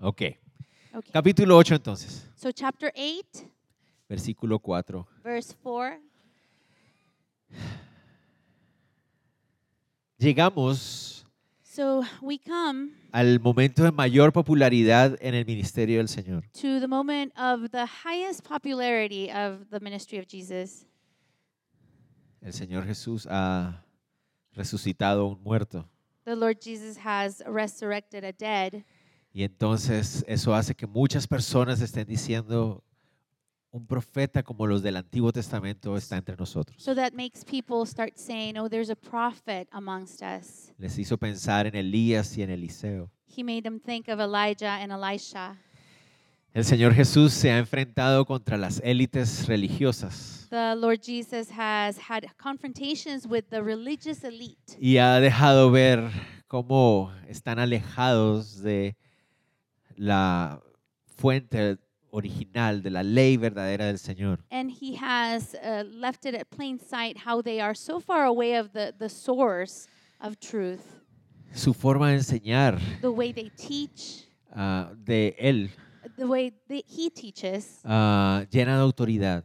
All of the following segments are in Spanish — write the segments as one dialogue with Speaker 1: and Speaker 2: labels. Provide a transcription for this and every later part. Speaker 1: Ok.
Speaker 2: Okay.
Speaker 1: Capítulo 8 entonces,
Speaker 2: So chapter 8,
Speaker 1: versículo 4.
Speaker 2: verse 4.
Speaker 1: Llegamos
Speaker 2: So we come
Speaker 1: al momento de mayor popularidad en el ministerio del Señor.
Speaker 2: to the moment of the highest popularity of the ministry of Jesus.
Speaker 1: El Señor Jesús ha resucitado a un muerto.
Speaker 2: The Lord Jesus has resurrected a dead.
Speaker 1: Y entonces eso hace que muchas personas estén diciendo, un profeta como los del Antiguo Testamento está entre nosotros.
Speaker 2: So that makes people start saying, oh, there's a prophet amongst us.
Speaker 1: Les hizo pensar en Elías y en Eliseo.
Speaker 2: He made them think of Elijah and Elisha.
Speaker 1: El Señor Jesús se ha enfrentado contra las élites religiosas
Speaker 2: The Lord Jesus has had confrontations with the religious elite.
Speaker 1: y ha dejado ver cómo están alejados de la fuente original, de la ley verdadera del Señor.
Speaker 2: And he has uh, left it at plain sight how they are so far away of the, the source of truth,
Speaker 1: Su forma de enseñar
Speaker 2: the way they teach,
Speaker 1: ah, de Él
Speaker 2: the way that he teaches,
Speaker 1: ah, llena de autoridad.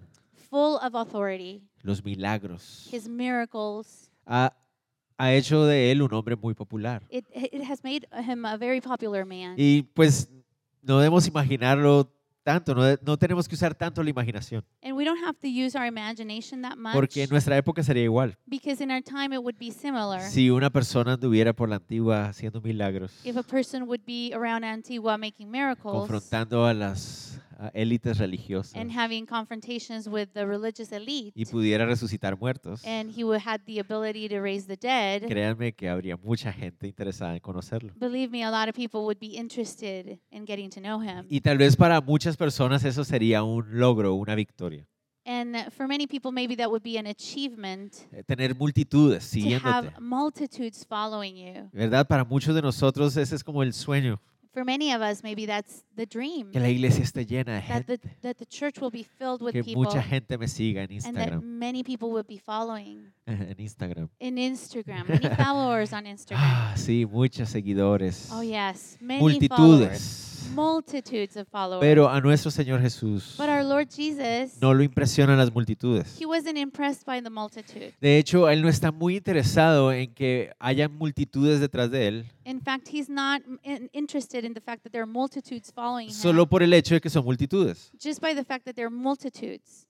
Speaker 2: full of authority,
Speaker 1: los milagros.
Speaker 2: his miracles.
Speaker 1: Ha, ha hecho de él un hombre muy popular.
Speaker 2: It, it has made him a very popular man.
Speaker 1: Y pues no debemos imaginarlo tanto, no, de- no tenemos que usar tanto la imaginación,
Speaker 2: And we don't have to use our imagination that much
Speaker 1: porque en nuestra época sería igual.
Speaker 2: because in our time it would be similar.
Speaker 1: Si una persona anduviera por la antigua haciendo milagros,
Speaker 2: If a person would be around Antigua making miracles,
Speaker 1: confrontando a las a élites religiosas
Speaker 2: and having confrontations with the religious elite,
Speaker 1: y pudiera resucitar muertos,
Speaker 2: and he would had the ability to raise the dead.
Speaker 1: créanme que habría mucha gente interesada en conocerlo.
Speaker 2: Believe me, a lot of people would be interested in getting to know him.
Speaker 1: Y tal vez para muchas personas eso sería un logro, una victoria.
Speaker 2: And for many people, maybe that would be an achievement
Speaker 1: Eh, Tener multitudes
Speaker 2: to
Speaker 1: siguiéndote.
Speaker 2: have multitudes following you.
Speaker 1: ¿Verdad? Para muchos de nosotros ese es como el sueño,
Speaker 2: For many of us, maybe that's the dream
Speaker 1: que la iglesia esté llena de
Speaker 2: that the,
Speaker 1: gente,
Speaker 2: that the church will be filled with
Speaker 1: que
Speaker 2: people
Speaker 1: mucha gente me siga en
Speaker 2: and that
Speaker 1: Instagram,
Speaker 2: many people would be following
Speaker 1: en Instagram.
Speaker 2: in Instagram, many followers on Instagram.
Speaker 1: Ah, sí, muchos seguidores,
Speaker 2: Oh, yes, many followers,
Speaker 1: multitudes.
Speaker 2: multitudes of followers.
Speaker 1: Pero a nuestro Señor Jesús
Speaker 2: But our Lord Jesus,
Speaker 1: no lo impresionan las multitudes.
Speaker 2: he wasn't impressed by the multitude.
Speaker 1: De hecho, él no está muy interesado en que haya multitudes detrás de él,
Speaker 2: In fact, he's not m- in- interested in the fact that there are multitudes following him,
Speaker 1: solo por el hecho de que son multitudes.
Speaker 2: just by the fact that there are multitudes.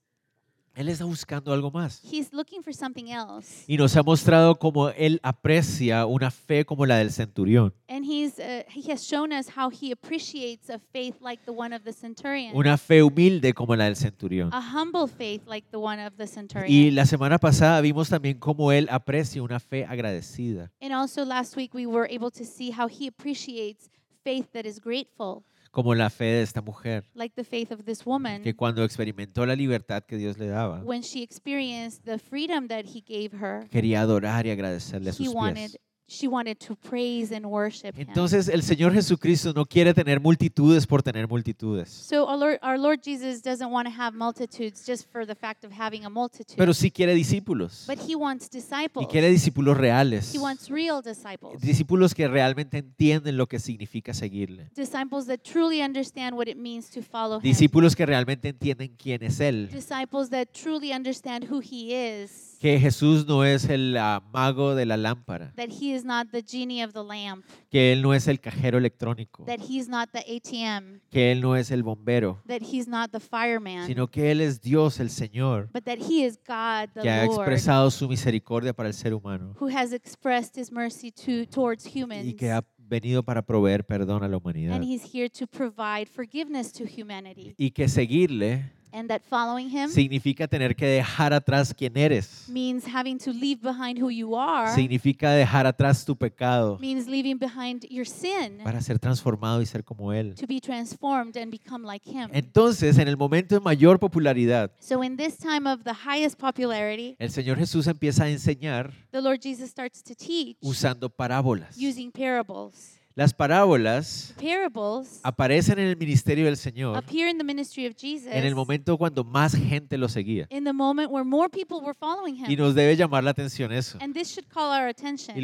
Speaker 1: Él está buscando algo más.
Speaker 2: He's looking for something else.
Speaker 1: Y nos ha mostrado cómo él aprecia una fe como la del centurión.
Speaker 2: And he's, uh, he has shown us how he appreciates a faith like the one of the centurion,
Speaker 1: una fe humilde como la del centurión.
Speaker 2: a humble faith like the one of the
Speaker 1: Y
Speaker 2: centurion.
Speaker 1: la semana pasada vimos también cómo él aprecia una fe agradecida,
Speaker 2: And also last week, we were able to see how he appreciates faith that is grateful,
Speaker 1: como la fe de esta mujer,
Speaker 2: like the faith of this
Speaker 1: que
Speaker 2: woman
Speaker 1: cuando experimentó la libertad que Dios le daba,
Speaker 2: when she experienced the freedom that he gave her.
Speaker 1: quería adorar y agradecerle a
Speaker 2: he
Speaker 1: sus
Speaker 2: wanted
Speaker 1: pies.
Speaker 2: she wanted to praise and worship him.
Speaker 1: Entonces el Señor Jesucristo no quiere tener multitudes por tener multitudes,
Speaker 2: so our Lord, our Lord Jesus doesn't want to have multitudes just for the fact of having a multitude.
Speaker 1: pero sí quiere discípulos.
Speaker 2: but he wants
Speaker 1: Y
Speaker 2: disciples.
Speaker 1: quiere discípulos reales,
Speaker 2: he wants real disciples.
Speaker 1: discípulos que realmente entienden lo que significa seguirle,
Speaker 2: disciples that truly understand what it means to follow him.
Speaker 1: discípulos que realmente entienden quién es Él.
Speaker 2: Disciples that truly understand who he is.
Speaker 1: que Jesús no es el ah, mago de la lámpara,
Speaker 2: That he is not the genie of the lamp.
Speaker 1: que Él no es el cajero electrónico,
Speaker 2: That he's not the ATM.
Speaker 1: que Él no es el bombero,
Speaker 2: That he's not the fireman.
Speaker 1: sino que Él es Dios, el Señor,
Speaker 2: but that he is God the
Speaker 1: que ha
Speaker 2: Lord.
Speaker 1: expresado su misericordia para el ser humano
Speaker 2: Who has expressed his mercy to towards humans.
Speaker 1: y que ha venido para proveer perdón a la humanidad.
Speaker 2: And he's here to provide forgiveness to humanity.
Speaker 1: Y que seguirle
Speaker 2: And that following him
Speaker 1: significa tener que dejar atrás quién eres,
Speaker 2: means having to leave behind who you are,
Speaker 1: significa dejar atrás tu pecado
Speaker 2: means leaving behind your sin
Speaker 1: para ser transformado y ser como Él.
Speaker 2: to be transformed and become like him.
Speaker 1: Entonces, en el momento de mayor popularidad,
Speaker 2: So, in this time of the highest popularity,
Speaker 1: el Señor Jesús empieza a enseñar
Speaker 2: the Lord Jesus starts to teach
Speaker 1: usando parábolas.
Speaker 2: using parables.
Speaker 1: Las parábolas
Speaker 2: Parables
Speaker 1: aparecen en el ministerio del Señor
Speaker 2: appear in the ministry of Jesus
Speaker 1: en el momento cuando más gente lo seguía.
Speaker 2: in the moment where more people were following
Speaker 1: Y
Speaker 2: him.
Speaker 1: nos debe llamar la atención eso.
Speaker 2: And this should call our
Speaker 1: Y lo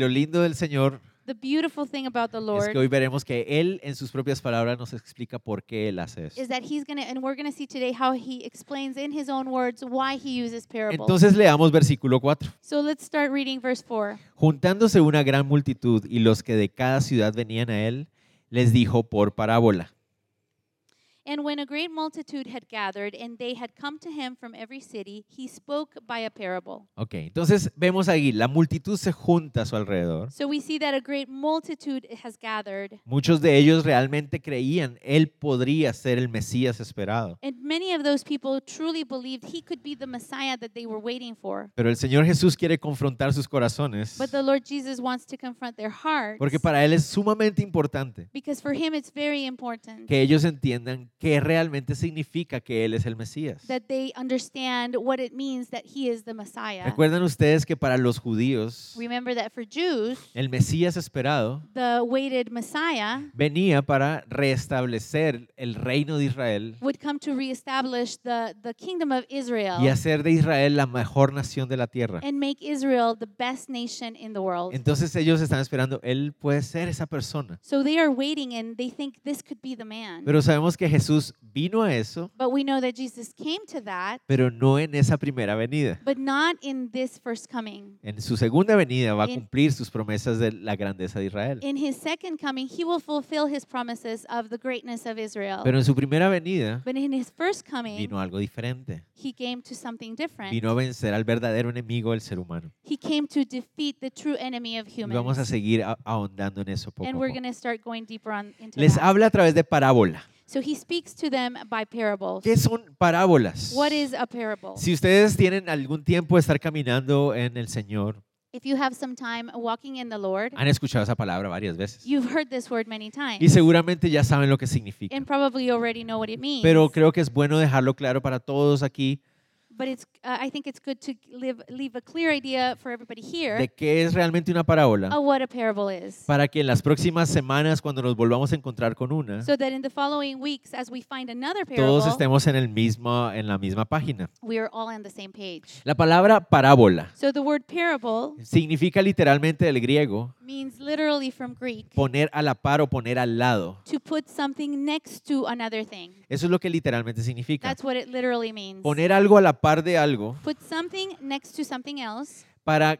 Speaker 2: attention.
Speaker 1: lindo del Señor
Speaker 2: The beautiful thing about the
Speaker 1: Es que
Speaker 2: Lord
Speaker 1: hoy veremos que Él en sus propias palabras nos explica por qué Él hace eso.
Speaker 2: is that He's going to, and we're going to see today how He explains in His own words why He uses parables.
Speaker 1: Entonces leamos versículo 4.
Speaker 2: So let's start reading verse 4.
Speaker 1: Juntándose una gran multitud y los que de cada ciudad venían a Él, les dijo por parábola.
Speaker 2: And when a great multitude had gathered, and they had come to Him from every city, He spoke by a parable.
Speaker 1: Ok, entonces vemos ahí, la multitud se junta a su alrededor.
Speaker 2: So we see that a great multitude has gathered.
Speaker 1: Muchos de ellos realmente creían Él podría ser el Mesías esperado.
Speaker 2: And many of those people truly believed he could be the Messiah that they were waiting for.
Speaker 1: Pero el Señor Jesús quiere confrontar sus corazones
Speaker 2: But the Lord Jesus wants to confront their hearts
Speaker 1: porque para Él es sumamente importante
Speaker 2: because for him it's very important
Speaker 1: que ellos entiendan qué realmente significa que Él es el Mesías.
Speaker 2: that they understand what it means that he is the Messiah.
Speaker 1: Recuerdan ustedes que para los judíos
Speaker 2: Remember that for Jews,
Speaker 1: el Mesías esperado
Speaker 2: the waited Messiah
Speaker 1: venía para restablecer el reino de Israel
Speaker 2: would come to reestablish the, the kingdom of Israel
Speaker 1: y hacer de Israel la mejor nación de la tierra.
Speaker 2: and make Israel the best nation in the world.
Speaker 1: Entonces ellos están esperando, Él puede ser esa persona.
Speaker 2: so they are waiting and they think this could be the man.
Speaker 1: Pero sabemos que Jesús vino a eso,
Speaker 2: but we know that Jesus came to that,
Speaker 1: pero no en esa primera venida.
Speaker 2: but not in this first coming.
Speaker 1: En su segunda venida va a
Speaker 2: En-
Speaker 1: cumplir sus promesas de la grandeza de Israel.
Speaker 2: In his second coming, he will fulfill his promises of the greatness of Israel.
Speaker 1: Pero en su primera venida
Speaker 2: But in his first coming,
Speaker 1: vino algo diferente.
Speaker 2: he came to something different.
Speaker 1: Vino a vencer al verdadero enemigo del ser humano.
Speaker 2: He came to defeat the true enemy of
Speaker 1: Y vamos a
Speaker 2: humans.
Speaker 1: seguir a- ahondando en eso poco a
Speaker 2: And we're
Speaker 1: poco.
Speaker 2: going to start going deeper on into
Speaker 1: Les
Speaker 2: that.
Speaker 1: habla a través de parábola.
Speaker 2: So he speaks to them by parables.
Speaker 1: ¿Qué son parábolas?
Speaker 2: What is a parable?
Speaker 1: Si ustedes tienen algún tiempo de estar caminando en el Señor,
Speaker 2: If you have some time walking in the Lord,
Speaker 1: han escuchado esa palabra varias veces
Speaker 2: you've heard this word many
Speaker 1: y
Speaker 2: times
Speaker 1: seguramente ya saben lo que significa.
Speaker 2: and probably you already know what it means.
Speaker 1: Pero creo que es bueno dejarlo claro para todos aquí
Speaker 2: But it's, uh, I think it's good to live, leave a clear idea for everybody here
Speaker 1: de qué es realmente una parábola
Speaker 2: of what a parable is.
Speaker 1: para que en las próximas semanas cuando nos volvamos a encontrar con una,
Speaker 2: so that in the following weeks, as we find another
Speaker 1: todos
Speaker 2: parable,
Speaker 1: estemos en el mismo en la misma página.
Speaker 2: we are all on the same page.
Speaker 1: La palabra parábola
Speaker 2: So the word parable
Speaker 1: significa literalmente del griego
Speaker 2: means literally from Greek
Speaker 1: poner a la par o poner al lado.
Speaker 2: to put something next to another thing.
Speaker 1: Eso es lo que literalmente significa.
Speaker 2: That's what it literally means.
Speaker 1: Poner algo a la par de algo
Speaker 2: Put something next to something else
Speaker 1: para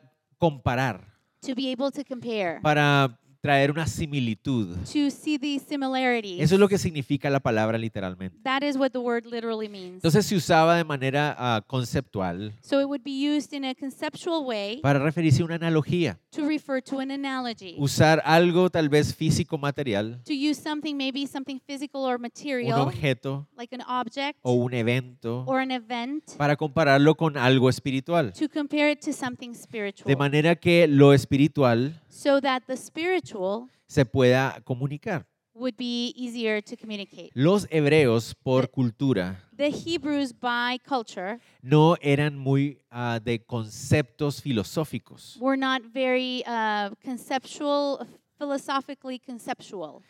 Speaker 1: comparar,
Speaker 2: to be able to compare,
Speaker 1: para traer una similitud.
Speaker 2: to see the similarities.
Speaker 1: Eso es lo que significa la palabra literalmente.
Speaker 2: that is what the word literally means.
Speaker 1: Entonces se usaba de manera ah, conceptual
Speaker 2: So it would be used in a conceptual way
Speaker 1: para referirse a una analogía.
Speaker 2: to refer to an analogy.
Speaker 1: Usar algo tal vez físico, material,
Speaker 2: to use something, maybe something physical or
Speaker 1: un
Speaker 2: material,
Speaker 1: objeto
Speaker 2: like an object
Speaker 1: o un evento,
Speaker 2: or an event,
Speaker 1: para compararlo con algo espiritual.
Speaker 2: to compare it to something
Speaker 1: De
Speaker 2: spiritual,
Speaker 1: manera que lo espiritual
Speaker 2: so that the spiritual
Speaker 1: se pueda comunicar.
Speaker 2: would be easier to communicate.
Speaker 1: Los hebreos, por cultura,
Speaker 2: The Hebrews, by culture,
Speaker 1: no eran muy ah, de conceptos filosóficos.
Speaker 2: were not very uh, conceptual, philosophically conceptual.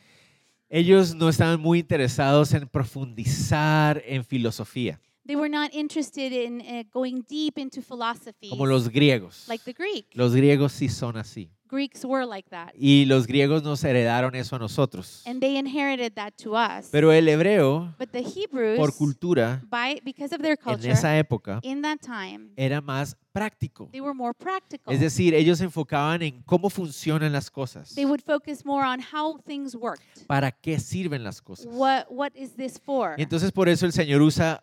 Speaker 1: Ellos no estaban muy interesados en profundizar en filosofía,
Speaker 2: They were not interested in uh, going deep into philosophy,
Speaker 1: como los griegos.
Speaker 2: like the Greek.
Speaker 1: Los griegos sí son así.
Speaker 2: Greeks were like that,
Speaker 1: Y los griegos nos heredaron eso a nosotros.
Speaker 2: and they inherited that to us.
Speaker 1: Pero el hebreo,
Speaker 2: but the Hebrews,
Speaker 1: por cultura,
Speaker 2: by because of
Speaker 1: en
Speaker 2: their culture,
Speaker 1: esa época,
Speaker 2: in that time,
Speaker 1: era más práctico.
Speaker 2: they were more practical.
Speaker 1: Es decir, ellos se enfocaban en cómo funcionan las cosas,
Speaker 2: they would focus more on how things worked.
Speaker 1: para qué sirven las cosas.
Speaker 2: What what is this for?
Speaker 1: Y entonces por eso el Señor usa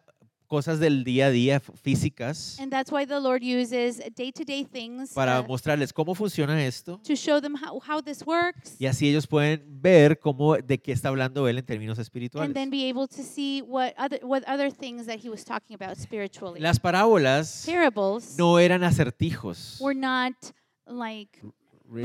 Speaker 1: cosas del día a día f- físicas
Speaker 2: and that's why the Lord uses day-to-day things
Speaker 1: para
Speaker 2: uh,
Speaker 1: mostrarles cómo funciona esto
Speaker 2: to show them how, how this works
Speaker 1: y así ellos pueden ver cómo de qué está hablando él en términos
Speaker 2: and then
Speaker 1: espirituales.
Speaker 2: be able to see what other what other things that he was talking about spiritually.
Speaker 1: Las parábolas
Speaker 2: Parables
Speaker 1: no eran acertijos.
Speaker 2: were not like
Speaker 1: ri-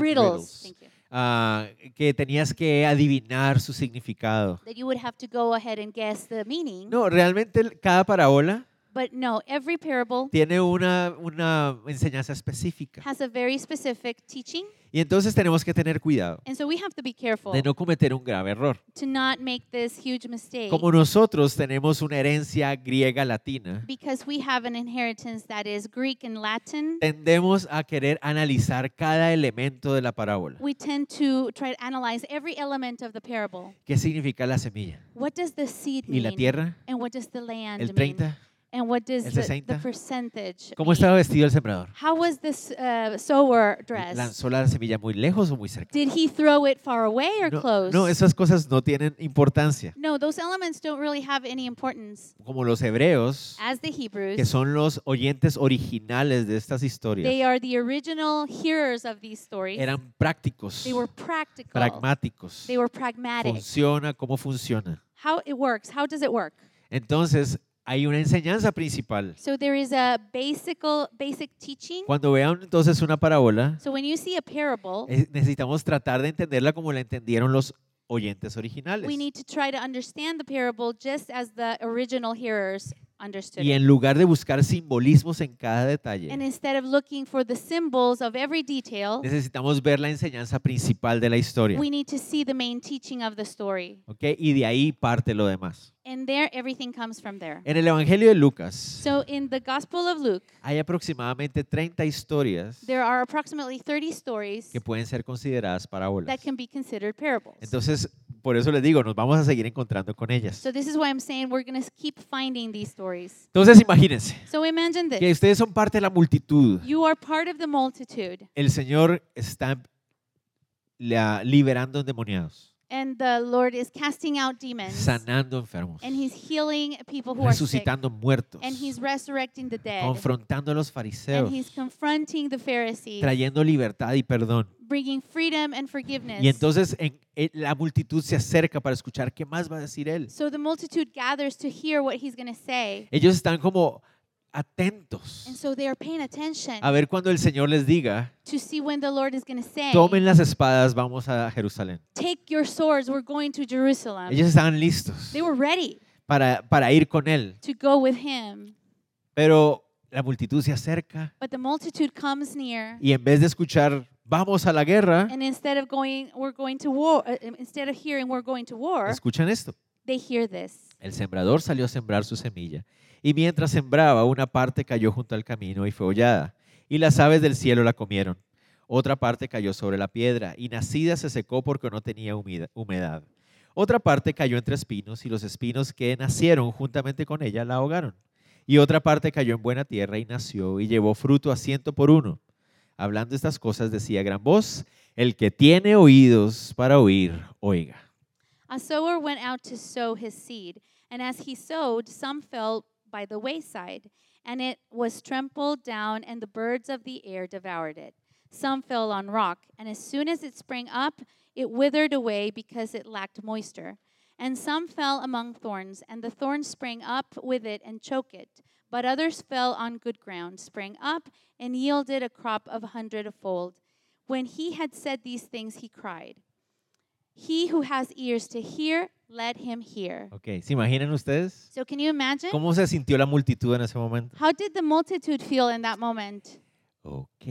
Speaker 1: riddles,
Speaker 2: riddles, thank you,
Speaker 1: ah, que tenías que adivinar su significado.
Speaker 2: that you would have to go ahead and guess the meaning.
Speaker 1: No, realmente el- cada parábola
Speaker 2: But no, every parable
Speaker 1: tiene una, una enseñanza específica
Speaker 2: has a very specific teaching
Speaker 1: Y entonces tenemos que tener cuidado
Speaker 2: And so we have to be careful
Speaker 1: de no cometer un grave error.
Speaker 2: to not make this huge mistake
Speaker 1: Como nosotros tenemos una herencia griega latina,
Speaker 2: because we have an inheritance that is Greek and Latin.
Speaker 1: tendemos a querer analizar cada elemento de la parábola.
Speaker 2: We tend to try to analyze every element of the parable.
Speaker 1: ¿Qué significa la semilla?
Speaker 2: What does the seed
Speaker 1: ¿Y la
Speaker 2: mean?
Speaker 1: tierra?
Speaker 2: And what does the land
Speaker 1: ¿El
Speaker 2: mean?
Speaker 1: 30?
Speaker 2: And what does
Speaker 1: ¿El
Speaker 2: the, the
Speaker 1: 60?
Speaker 2: percentage?
Speaker 1: ¿Cómo
Speaker 2: mean?
Speaker 1: estaba vestido el sembrador?
Speaker 2: How was this uh, sower dressed?
Speaker 1: ¿Lanzó la semilla muy lejos o muy cerca?
Speaker 2: Did he throw it far away or
Speaker 1: No,
Speaker 2: close?
Speaker 1: no, esas cosas no tienen importancia.
Speaker 2: No, those elements don't really have any importance.
Speaker 1: Como los hebreos,
Speaker 2: As the
Speaker 1: que
Speaker 2: Hebrews,
Speaker 1: son los oyentes originales de estas
Speaker 2: they
Speaker 1: historias,
Speaker 2: are the original hearers of these stories.
Speaker 1: eran prácticos,
Speaker 2: They were practical.
Speaker 1: pragmáticos.
Speaker 2: They were pragmatic.
Speaker 1: Funciona, ¿cómo funciona?
Speaker 2: How it works. How does it work?
Speaker 1: Entonces, hay una enseñanza principal.
Speaker 2: So there is a basical, basic teaching.
Speaker 1: Cuando vean entonces una parábola,
Speaker 2: So when you see a parable,
Speaker 1: eh, necesitamos tratar de entenderla como la entendieron los oyentes originales.
Speaker 2: we need to try to understand the parable just as the original hearers understood
Speaker 1: Y
Speaker 2: it.
Speaker 1: en lugar de buscar simbolismos en cada
Speaker 2: And
Speaker 1: detalle,
Speaker 2: instead of looking for the symbols of every detail,
Speaker 1: necesitamos ver la enseñanza principal de la historia.
Speaker 2: we need to see the main teaching of the story.
Speaker 1: ¿ok? Y de ahí parte lo demás.
Speaker 2: And there, everything comes from there.
Speaker 1: En el Evangelio de Lucas
Speaker 2: So in the Gospel of Luke,
Speaker 1: hay aproximadamente 30 historias
Speaker 2: there are approximately 30 stories
Speaker 1: que pueden ser consideradas parábolas.
Speaker 2: that can be considered parables.
Speaker 1: Entonces, por eso les digo, nos vamos a seguir encontrando con ellas.
Speaker 2: So this is why I'm saying we're going to keep finding these stories.
Speaker 1: Entonces, imagínense
Speaker 2: So imagine this.
Speaker 1: que ustedes son parte de la multitud.
Speaker 2: You are part of the multitude,
Speaker 1: El Señor está la- liberando endemoniados,
Speaker 2: and the Lord is casting out demons,
Speaker 1: sanando enfermos,
Speaker 2: and He's healing people who are sick,
Speaker 1: resucitando muertos,
Speaker 2: and He's resurrecting the dead,
Speaker 1: confrontando a los
Speaker 2: and
Speaker 1: fariseos,
Speaker 2: He's confronting the Pharisees,
Speaker 1: trayendo libertad y perdón.
Speaker 2: bringing freedom and forgiveness.
Speaker 1: Y entonces en- en- la multitud se acerca para escuchar qué más va a decir Él.
Speaker 2: so the multitude gathers to hear what He's going to say,
Speaker 1: Ellos están como
Speaker 2: and
Speaker 1: atentos
Speaker 2: so they are paying attention
Speaker 1: a ver cuando el Señor les diga,
Speaker 2: to see when the Lord is going to say,
Speaker 1: tomen las espadas, vamos a Jerusalén.
Speaker 2: "Take your swords, we're going to Jerusalem."
Speaker 1: Ellos estaban listos
Speaker 2: Um, they were ready
Speaker 1: para, para ir con él,
Speaker 2: to go with Him,
Speaker 1: pero la multitud se acerca
Speaker 2: but the multitude comes near.
Speaker 1: y en vez de escuchar vamos a la guerra,
Speaker 2: And instead of going, we're going to war, uh, um, instead of hearing we're going to war,
Speaker 1: escuchan esto.
Speaker 2: they hear this.
Speaker 1: El sembrador salió a sembrar su semilla y mientras sembraba una parte cayó junto al camino y fue hollada y las aves del cielo la comieron. Otra parte cayó sobre la piedra y nacida se secó porque no tenía humida- humedad. Otra parte cayó entre espinos y los espinos que nacieron juntamente con ella la ahogaron. Y otra parte cayó en buena tierra y nació y llevó fruto a ciento por uno. Hablando estas cosas decía a gran voz, el que tiene oídos para oír, oiga.
Speaker 2: A sower went out to sow his seed, and as he sowed, some fell by the wayside, and it was trampled down, and the birds of the air devoured it. Some fell on rock, and as soon as it sprang up, it withered away because it lacked moisture. And some fell among thorns, and the thorns sprang up with it and choked it. But others fell on good ground, sprang up, and yielded a crop of a hundredfold. When he had said these things, he cried. He who has ears to hear, let him hear.
Speaker 1: Ok, ¿se imaginan ustedes?
Speaker 2: So, can you imagine?
Speaker 1: ¿Cómo se sintió la multitud en ese momento?
Speaker 2: How did the multitude feel in that moment?
Speaker 1: Ok.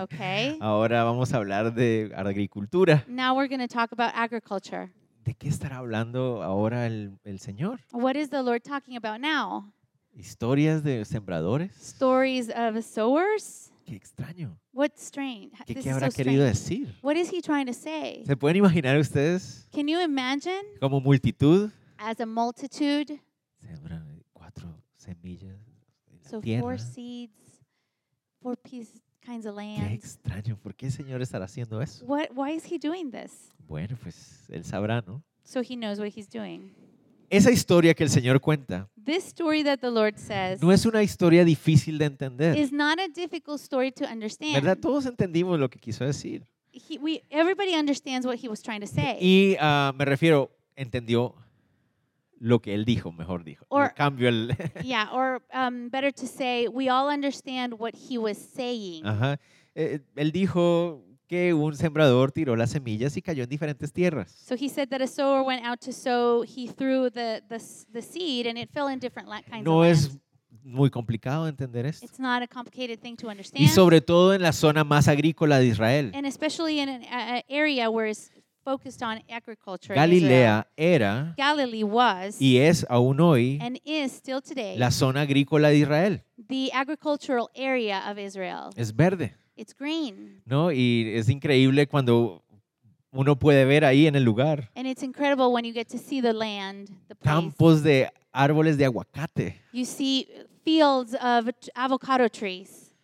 Speaker 2: Okay.
Speaker 1: Ahora vamos a hablar de agricultura.
Speaker 2: Now we're going to talk about agriculture.
Speaker 1: ¿De qué estará hablando ahora el, el Señor?
Speaker 2: What is the Lord talking about now?
Speaker 1: ¿Historias de sembradores?
Speaker 2: Stories of sowers?
Speaker 1: Qué extraño.
Speaker 2: What's strange?
Speaker 1: ¿Qué,
Speaker 2: This
Speaker 1: qué
Speaker 2: is
Speaker 1: habrá
Speaker 2: so
Speaker 1: querido
Speaker 2: strange.
Speaker 1: decir?
Speaker 2: What is he trying to say?
Speaker 1: ¿Se pueden imaginar ustedes
Speaker 2: Can you imagine
Speaker 1: como multitud?
Speaker 2: as a multitude?
Speaker 1: Sembran cuatro semillas en la
Speaker 2: So,
Speaker 1: tierra.
Speaker 2: four seeds, four piece, kinds of
Speaker 1: Qué
Speaker 2: land.
Speaker 1: extraño. ¿Por qué el Señor estará haciendo eso?
Speaker 2: What, why is he doing this?
Speaker 1: Bueno, pues Él sabrá, ¿no?
Speaker 2: So, he knows what he's doing.
Speaker 1: Esa historia que el Señor cuenta
Speaker 2: This story that the Lord says
Speaker 1: no es una historia difícil de entender.
Speaker 2: is not a difficult story to understand.
Speaker 1: ¿Verdad? Todos entendimos lo que quiso decir.
Speaker 2: He, we, everybody understands what he was trying to say.
Speaker 1: Y ah, me refiero, entendió lo que él dijo, mejor dijo.
Speaker 2: Or-
Speaker 1: En cambio, el,
Speaker 2: yeah, or um, better to say, we all understand what he was saying.
Speaker 1: Ajá. Eh, él dijo que un sembrador tiró las semillas y cayó en diferentes tierras.
Speaker 2: So he said that a sower went out to sow. He threw the the, s- the seed, and it fell in different la- kinds
Speaker 1: No
Speaker 2: of
Speaker 1: es
Speaker 2: land.
Speaker 1: muy complicado de entender esto.
Speaker 2: It's not a complicated thing to understand.
Speaker 1: Y sobre todo en la zona más agrícola de Israel.
Speaker 2: and especially in an a- a area where it's focused on agriculture. in Israel.
Speaker 1: Galilea era
Speaker 2: Galilee was
Speaker 1: y es aún hoy
Speaker 2: and is still today
Speaker 1: la zona agrícola de Israel.
Speaker 2: the agricultural area of Israel.
Speaker 1: Es verde,
Speaker 2: It's green.
Speaker 1: ¿no? Y es increíble cuando uno puede ver ahí en el lugar
Speaker 2: And it's incredible when you get to see the land, the place.
Speaker 1: campos de árboles de aguacate.
Speaker 2: You see fields of t- avocado trees.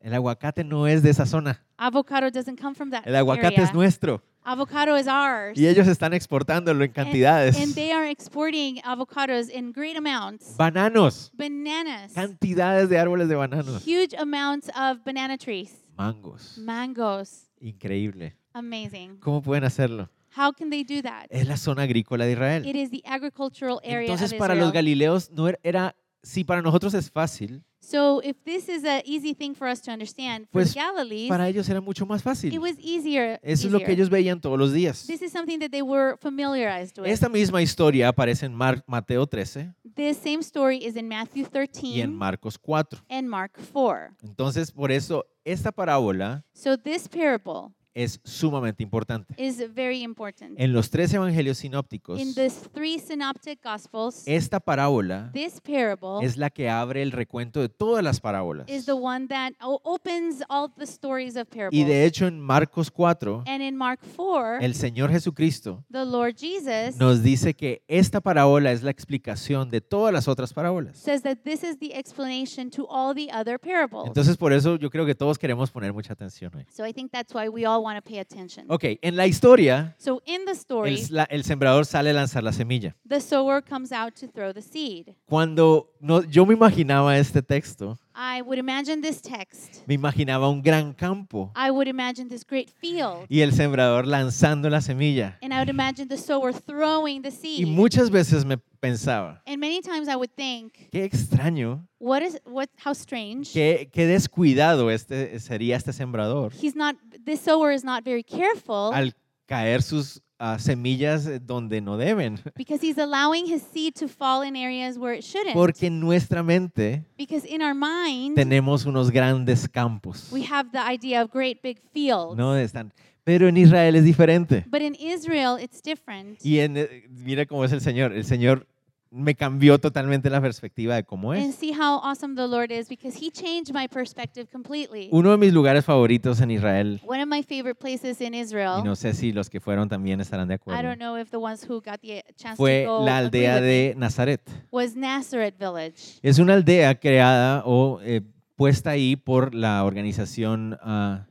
Speaker 1: El aguacate no es de esa zona.
Speaker 2: Avocado doesn't come from that
Speaker 1: El aguacate
Speaker 2: area.
Speaker 1: es nuestro.
Speaker 2: avocado is ours.
Speaker 1: Y ellos están exportándolo en cantidades.
Speaker 2: And they are exporting avocados in great amounts.
Speaker 1: Bananos.
Speaker 2: Bananas.
Speaker 1: Cantidades de árboles de bananos.
Speaker 2: Huge amounts of banana trees.
Speaker 1: Mangos.
Speaker 2: Mangoes.
Speaker 1: Increíble.
Speaker 2: Amazing.
Speaker 1: ¿Cómo pueden hacerlo?
Speaker 2: How can they do that?
Speaker 1: Es la zona agrícola de Israel.
Speaker 2: It is the agricultural area
Speaker 1: Entonces
Speaker 2: of
Speaker 1: para los
Speaker 2: Israel.
Speaker 1: galileos no era, era- si para nosotros es fácil,
Speaker 2: So if this is an easy thing for us to understand, for
Speaker 1: Pues,
Speaker 2: the Galilees,
Speaker 1: para ellos era mucho más
Speaker 2: it
Speaker 1: fácil.
Speaker 2: was easier.
Speaker 1: Eso es lo que
Speaker 2: easier.
Speaker 1: ellos veían todos los días.
Speaker 2: This is something that they were familiarized with.
Speaker 1: Esta misma historia aparece en Mar- Mateo 13
Speaker 2: This same story is in
Speaker 1: y
Speaker 2: Matthew
Speaker 1: en
Speaker 2: 13
Speaker 1: Marcos 4.
Speaker 2: and Mark 4.
Speaker 1: Entonces, por eso esta parábola
Speaker 2: So this parable
Speaker 1: es sumamente importante.
Speaker 2: is very important.
Speaker 1: En los tres evangelios sinópticos,
Speaker 2: In the three synoptic gospels,
Speaker 1: esta parábola
Speaker 2: this parable
Speaker 1: es la que abre el recuento de todas las parábolas.
Speaker 2: is the one that o- opens all the stories of
Speaker 1: Y
Speaker 2: parables.
Speaker 1: de hecho en Marcos 4,
Speaker 2: And in Mark 4,
Speaker 1: el Señor Jesucristo
Speaker 2: the Lord Jesus
Speaker 1: nos dice que esta parábola es la explicación de todas las otras parábolas.
Speaker 2: says that this is the explanation to all the other parables.
Speaker 1: Entonces por eso yo creo que todos queremos poner mucha atención hoy.
Speaker 2: so I think that's why we all want to pay attention.
Speaker 1: Ok, en la historia,
Speaker 2: So in the story,
Speaker 1: el, la- el sembrador sale a lanzar la semilla.
Speaker 2: the sower comes out to throw the seed.
Speaker 1: Cuando no- yo me imaginaba este texto,
Speaker 2: I would imagine this text.
Speaker 1: me imaginaba un gran campo
Speaker 2: I would imagine this great field.
Speaker 1: y el sembrador lanzando la semilla.
Speaker 2: And I would imagine the sower throwing the
Speaker 1: Y
Speaker 2: seed.
Speaker 1: muchas veces me pensaba,
Speaker 2: And many times I would think,
Speaker 1: qué extraño
Speaker 2: what is what how strange.
Speaker 1: Qué, qué descuidado este sería este sembrador
Speaker 2: He's not this sower is not very careful
Speaker 1: al caer sus ah, semillas eh, donde no deben.
Speaker 2: because he's allowing his seed to fall in areas where it shouldn't.
Speaker 1: Porque en nuestra mente
Speaker 2: because in our mind
Speaker 1: tenemos unos grandes campos.
Speaker 2: we have the idea of great big fields.
Speaker 1: ¿no? Están, pero en Israel es diferente.
Speaker 2: But in Israel it's different.
Speaker 1: Y en, eh, mira cómo es el Señor. El Señor me cambió totalmente la perspectiva de cómo
Speaker 2: And
Speaker 1: es.
Speaker 2: see how awesome the Lord is because he changed my perspective completely.
Speaker 1: Uno de mis lugares favoritos en Israel,
Speaker 2: One of my favorite places in
Speaker 1: y
Speaker 2: Israel.
Speaker 1: no sé si los que fueron también estarán de
Speaker 2: I
Speaker 1: acuerdo,
Speaker 2: don't know if the ones who got the chance to
Speaker 1: fue
Speaker 2: go
Speaker 1: la
Speaker 2: agree
Speaker 1: aldea
Speaker 2: with me,
Speaker 1: de Nazaret.
Speaker 2: was Nazareth Village.
Speaker 1: Es una aldea creada o eh, puesta ahí por la organización, ah,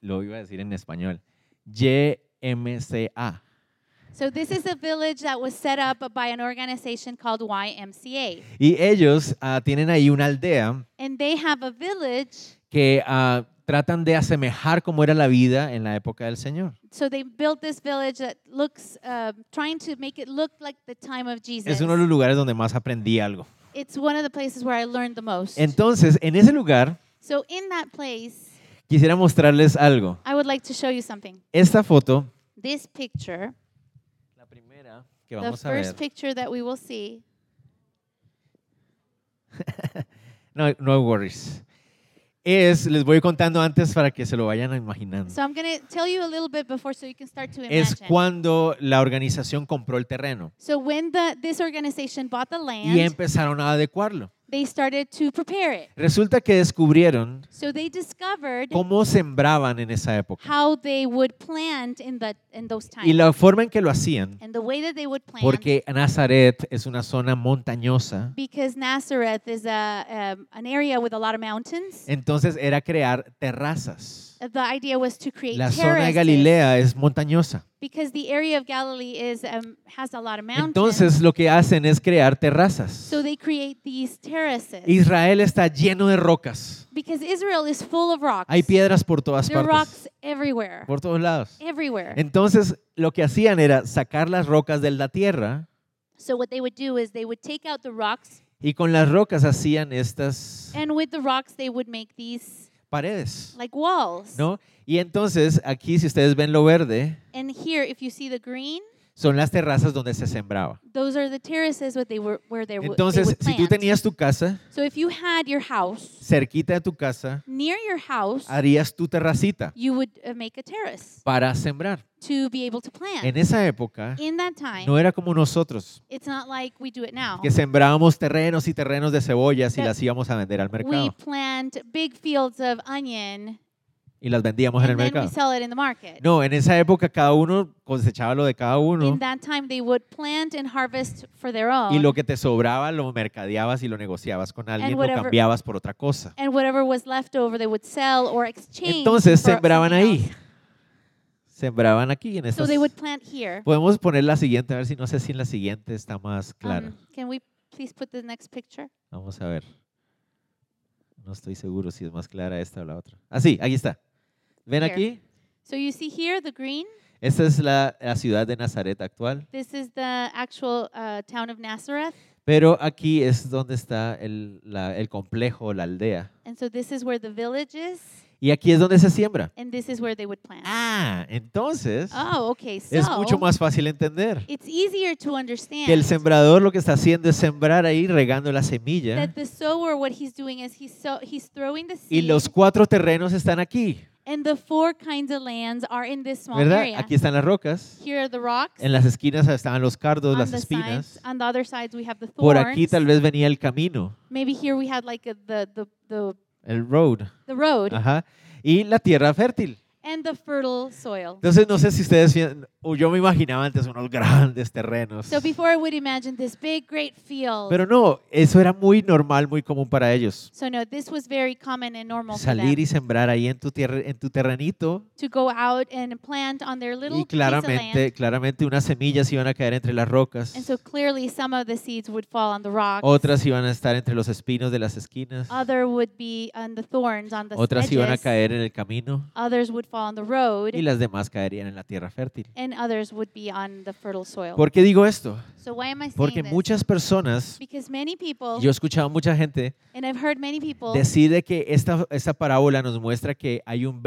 Speaker 1: lo iba a decir en español, YMCA.
Speaker 2: So this is a village that was set up by an organization called YMCA,
Speaker 1: Y ellos ah, tienen ahí una aldea
Speaker 2: and they have a village.
Speaker 1: que ah, tratan de asemejar cómo era la vida en la época del Señor.
Speaker 2: So they built this village that looks, uh, trying to make it look like the time of Jesus.
Speaker 1: Es uno de los lugares donde más aprendí algo.
Speaker 2: It's one of the places where I learned the most.
Speaker 1: Entonces, en ese lugar,
Speaker 2: so in that place,
Speaker 1: quisiera mostrarles algo.
Speaker 2: I would like to show you something.
Speaker 1: Esta foto,
Speaker 2: This picture,
Speaker 1: la primera que
Speaker 2: the
Speaker 1: vamos a ver.
Speaker 2: first picture that we will see.
Speaker 1: No, no worries. Es, les voy contando antes para que se lo vayan imaginando.
Speaker 2: So I'm going to tell you a little bit before so you can start to
Speaker 1: es
Speaker 2: imagine.
Speaker 1: cuando la organización compró el terreno
Speaker 2: So when the this organization bought the land,
Speaker 1: y empezaron a adecuarlo.
Speaker 2: they started to prepare it.
Speaker 1: Resulta que descubrieron
Speaker 2: So they discovered
Speaker 1: cómo sembraban en esa época
Speaker 2: how they would plant in the in those times
Speaker 1: y la forma en que lo hacían,
Speaker 2: and the way that they would plant.
Speaker 1: porque Nazaret es una zona montañosa,
Speaker 2: because Nazareth is a um, an area with a lot of mountains.
Speaker 1: entonces era crear terrazas.
Speaker 2: the idea was to create
Speaker 1: La zona de
Speaker 2: terraces
Speaker 1: Galilea es montañosa.
Speaker 2: because the area of Galilee is um, has a lot of mountains.
Speaker 1: Entonces lo que hacen es crear terrazas.
Speaker 2: so they create these terraces
Speaker 1: Israel está lleno de rocas.
Speaker 2: because Israel is full of rocks.
Speaker 1: Hay piedras por todas
Speaker 2: there are
Speaker 1: partes,
Speaker 2: rocks everywhere.
Speaker 1: por todos lados.
Speaker 2: Everywhere.
Speaker 1: Entonces, lo que hacían era sacar las rocas de la tierra
Speaker 2: so what they would do is they would take out the rocks
Speaker 1: y con las rocas hacían estas
Speaker 2: And with the rocks, they would make these
Speaker 1: paredes,
Speaker 2: like walls.
Speaker 1: ¿no? Y entonces, aquí si ustedes ven lo verde,
Speaker 2: And here, if you see the green,
Speaker 1: son las terrazas donde se sembraba.
Speaker 2: Those are the terraces where they were where they, were they
Speaker 1: Entonces,
Speaker 2: would
Speaker 1: si tú
Speaker 2: plant.
Speaker 1: tenías tu casa,
Speaker 2: so if you had your house
Speaker 1: cerquita de tu casa,
Speaker 2: near your house,
Speaker 1: harías tu terracita
Speaker 2: you would uh, make a terrace
Speaker 1: para sembrar.
Speaker 2: to be able to plant.
Speaker 1: En esa época
Speaker 2: In that time,
Speaker 1: no era como nosotros,
Speaker 2: it's not like we do it now.
Speaker 1: que sembrábamos terrenos y terrenos de cebollas y
Speaker 2: That-
Speaker 1: las íbamos a vender al
Speaker 2: We
Speaker 1: mercado
Speaker 2: plant big fields of onion
Speaker 1: y las vendíamos en el
Speaker 2: and then we
Speaker 1: mercado.
Speaker 2: sell it in the market.
Speaker 1: No, en esa época cada uno cosechaba lo de cada uno
Speaker 2: In that time, they would plant and harvest for their
Speaker 1: y
Speaker 2: own,
Speaker 1: lo que te sobraba lo mercadeabas y lo negociabas con alguien, lo
Speaker 2: whatever-
Speaker 1: cambiabas por otra cosa.
Speaker 2: and whatever was left over, they would sell or exchange.
Speaker 1: Entonces
Speaker 2: for
Speaker 1: sembraban
Speaker 2: something
Speaker 1: ahí.
Speaker 2: else.
Speaker 1: Sembraban aquí en
Speaker 2: So
Speaker 1: estas.
Speaker 2: they would plant here.
Speaker 1: Podemos poner la siguiente, a ver si no sé si en la siguiente está más clara.
Speaker 2: Um, can we please put the next picture?
Speaker 1: Vamos a ver. No estoy seguro si es más clara esta o la otra. Ah, sí, aquí está. ¿Ven
Speaker 2: Here.
Speaker 1: aquí?
Speaker 2: So you see here the green.
Speaker 1: Esta es la, la ciudad de Nazaret actual,
Speaker 2: This is the actual uh, town of Nazareth,
Speaker 1: pero aquí es donde está el, la- el complejo, la aldea.
Speaker 2: and so this is where the village is,
Speaker 1: Y aquí es donde se siembra.
Speaker 2: and this is where they would plant.
Speaker 1: Ah, entonces
Speaker 2: Oh, okay. So
Speaker 1: es mucho más fácil entender.
Speaker 2: it's easier
Speaker 1: Que
Speaker 2: to
Speaker 1: el
Speaker 2: understand
Speaker 1: sembrador lo que está haciendo es sembrar ahí, regando la semilla.
Speaker 2: that the sower, what he's doing is he's so he's throwing the
Speaker 1: Y
Speaker 2: seed,
Speaker 1: los cuatro terrenos están aquí,
Speaker 2: and the four kinds of lands are in this small
Speaker 1: ¿verdad?
Speaker 2: area.
Speaker 1: Aquí están las rocas.
Speaker 2: Here are the rocks.
Speaker 1: En las esquinas estaban los cardos,
Speaker 2: on
Speaker 1: las
Speaker 2: the
Speaker 1: espinas.
Speaker 2: sides, on the other sides, we have the
Speaker 1: Por
Speaker 2: thorns.
Speaker 1: aquí tal vez venía el camino,
Speaker 2: Maybe here we had like a, the, the the
Speaker 1: el road.
Speaker 2: the road
Speaker 1: Ajá. Y la tierra fértil.
Speaker 2: and the fertile soil.
Speaker 1: Entonces, no sé si ustedes, vi- o yo me imaginaba antes unos grandes terrenos.
Speaker 2: So before I would imagine this big, great field.
Speaker 1: Pero no, eso era muy normal, muy común para ellos.
Speaker 2: so no, this was very common and normal for them
Speaker 1: Salir y sembrar ahí en tu, tierra, en tu terrenito.
Speaker 2: to go out and plant on their little
Speaker 1: Y
Speaker 2: piece of land.
Speaker 1: claramente, claramente unas semillas iban a caer entre las rocas.
Speaker 2: And so clearly, some of the seeds would fall on the rocks.
Speaker 1: Otras iban a estar entre los espinos de las esquinas.
Speaker 2: Other would be on the thorns on the
Speaker 1: Otras iban a
Speaker 2: edges.
Speaker 1: caer en el camino.
Speaker 2: Others would fall on the road,
Speaker 1: Y las demás caerían en la tierra fértil.
Speaker 2: and others would be on the fertile soil.
Speaker 1: ¿Por qué digo esto?
Speaker 2: so why am I saying
Speaker 1: Porque
Speaker 2: this?
Speaker 1: muchas personas,
Speaker 2: because many people,
Speaker 1: yo he escuchado a mucha gente
Speaker 2: and I've heard many people
Speaker 1: decide que esta, esta parábola nos muestra que hay un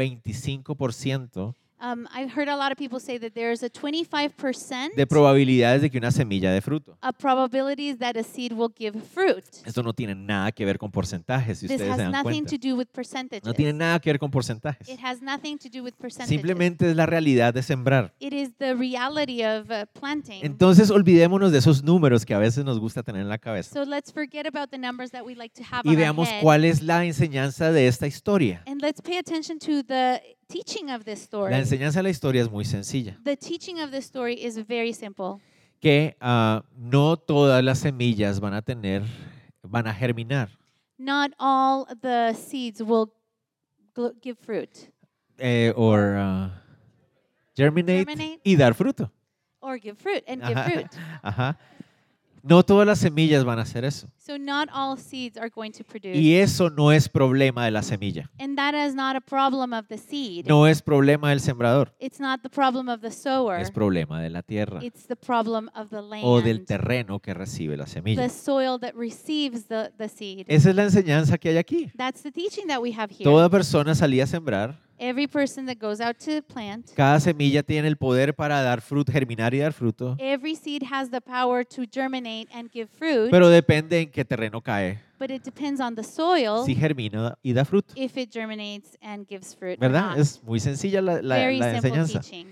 Speaker 1: 25%
Speaker 2: Um, I've heard a lot of people say that there's a 25%
Speaker 1: de probabilidades de que una semilla de fruto.
Speaker 2: of probabilities that a seed will give fruit.
Speaker 1: Esto no tiene nada que ver con porcentajes, si
Speaker 2: This
Speaker 1: ustedes
Speaker 2: has
Speaker 1: se dan
Speaker 2: nothing
Speaker 1: cuenta.
Speaker 2: to do with percentages.
Speaker 1: No tiene nada que ver con porcentajes.
Speaker 2: It has nothing to do with percentages.
Speaker 1: Simplemente es la realidad de sembrar.
Speaker 2: It is the reality of uh, planting.
Speaker 1: Entonces olvidémonos de esos números que a veces nos gusta tener en la cabeza
Speaker 2: so let's forget about the numbers that we like to have
Speaker 1: y
Speaker 2: on our
Speaker 1: veamos
Speaker 2: head,
Speaker 1: cuál es la enseñanza de esta historia.
Speaker 2: And let's pay attention to the teaching of this story.
Speaker 1: La enseñanza de la historia es muy sencilla,
Speaker 2: the teaching of this story is very simple.
Speaker 1: que ah, no todas las semillas van a tener, van a germinar.
Speaker 2: Not all the seeds will gl- give fruit
Speaker 1: eh, or, uh, germinate,
Speaker 2: Germinate.
Speaker 1: y dar fruto.
Speaker 2: or give fruit and give
Speaker 1: Ajá,
Speaker 2: fruit.
Speaker 1: ajá. No todas las semillas van a hacer eso.
Speaker 2: So not all seeds are going to produce.
Speaker 1: Y eso no es problema de la semilla.
Speaker 2: And that is not a problem of the seed.
Speaker 1: No es problema del sembrador.
Speaker 2: It's not the problem of the sower.
Speaker 1: Es problema de la tierra
Speaker 2: It's the problem of the land.
Speaker 1: o del terreno que recibe la
Speaker 2: the
Speaker 1: semilla.
Speaker 2: soil that receives the, the seed.
Speaker 1: Esa es la enseñanza que hay aquí.
Speaker 2: That's the teaching that we have here.
Speaker 1: Toda persona salía a sembrar.
Speaker 2: Every person that goes out to plant,
Speaker 1: Cada semilla tiene el poder para dar fruto, germinar y dar fruto.
Speaker 2: every seed has the power to germinate and give fruit,
Speaker 1: Pero depende en qué terreno cae.
Speaker 2: but it depends on the soil
Speaker 1: Si germina y da fruto.
Speaker 2: if it germinates and gives fruit. or
Speaker 1: ¿Verdad?
Speaker 2: not.
Speaker 1: Es muy sencilla la- la-
Speaker 2: Very
Speaker 1: la
Speaker 2: simple
Speaker 1: enseñanza.
Speaker 2: teaching.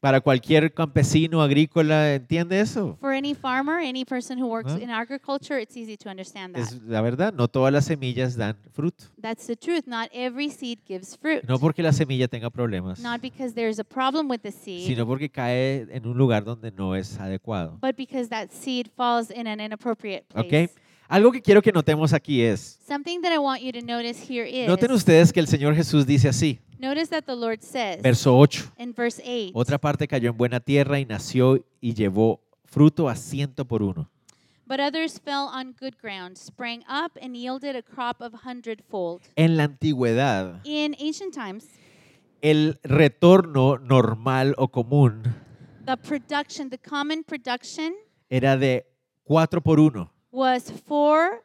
Speaker 1: Para cualquier campesino agrícola, ¿entiende eso?
Speaker 2: For any farmer, any person who works
Speaker 1: Ajá.
Speaker 2: in agriculture, it's easy to understand that.
Speaker 1: Es la verdad, no todas las semillas dan fruto.
Speaker 2: That's the truth. Not every seed gives fruit.
Speaker 1: No porque la semilla tenga problemas,
Speaker 2: Not because there's a problem with the seed,
Speaker 1: sino porque cae en un lugar donde no es adecuado.
Speaker 2: but because that seed falls in an inappropriate place.
Speaker 1: ¿Ok? Algo que quiero que notemos aquí es,
Speaker 2: Something that I want you to notice here is
Speaker 1: noten ustedes que el Señor Jesús dice así,
Speaker 2: notice that the Lord says
Speaker 1: verso 8,
Speaker 2: in verse 8
Speaker 1: otra parte cayó en buena tierra y nació y llevó fruto a ciento por uno.
Speaker 2: But others fell on good ground, sprang up, and yielded a crop of hundredfold.
Speaker 1: En la antigüedad,
Speaker 2: In ancient times,
Speaker 1: el retorno normal o común
Speaker 2: the production, the common production,
Speaker 1: era de 4 por 1.
Speaker 2: was four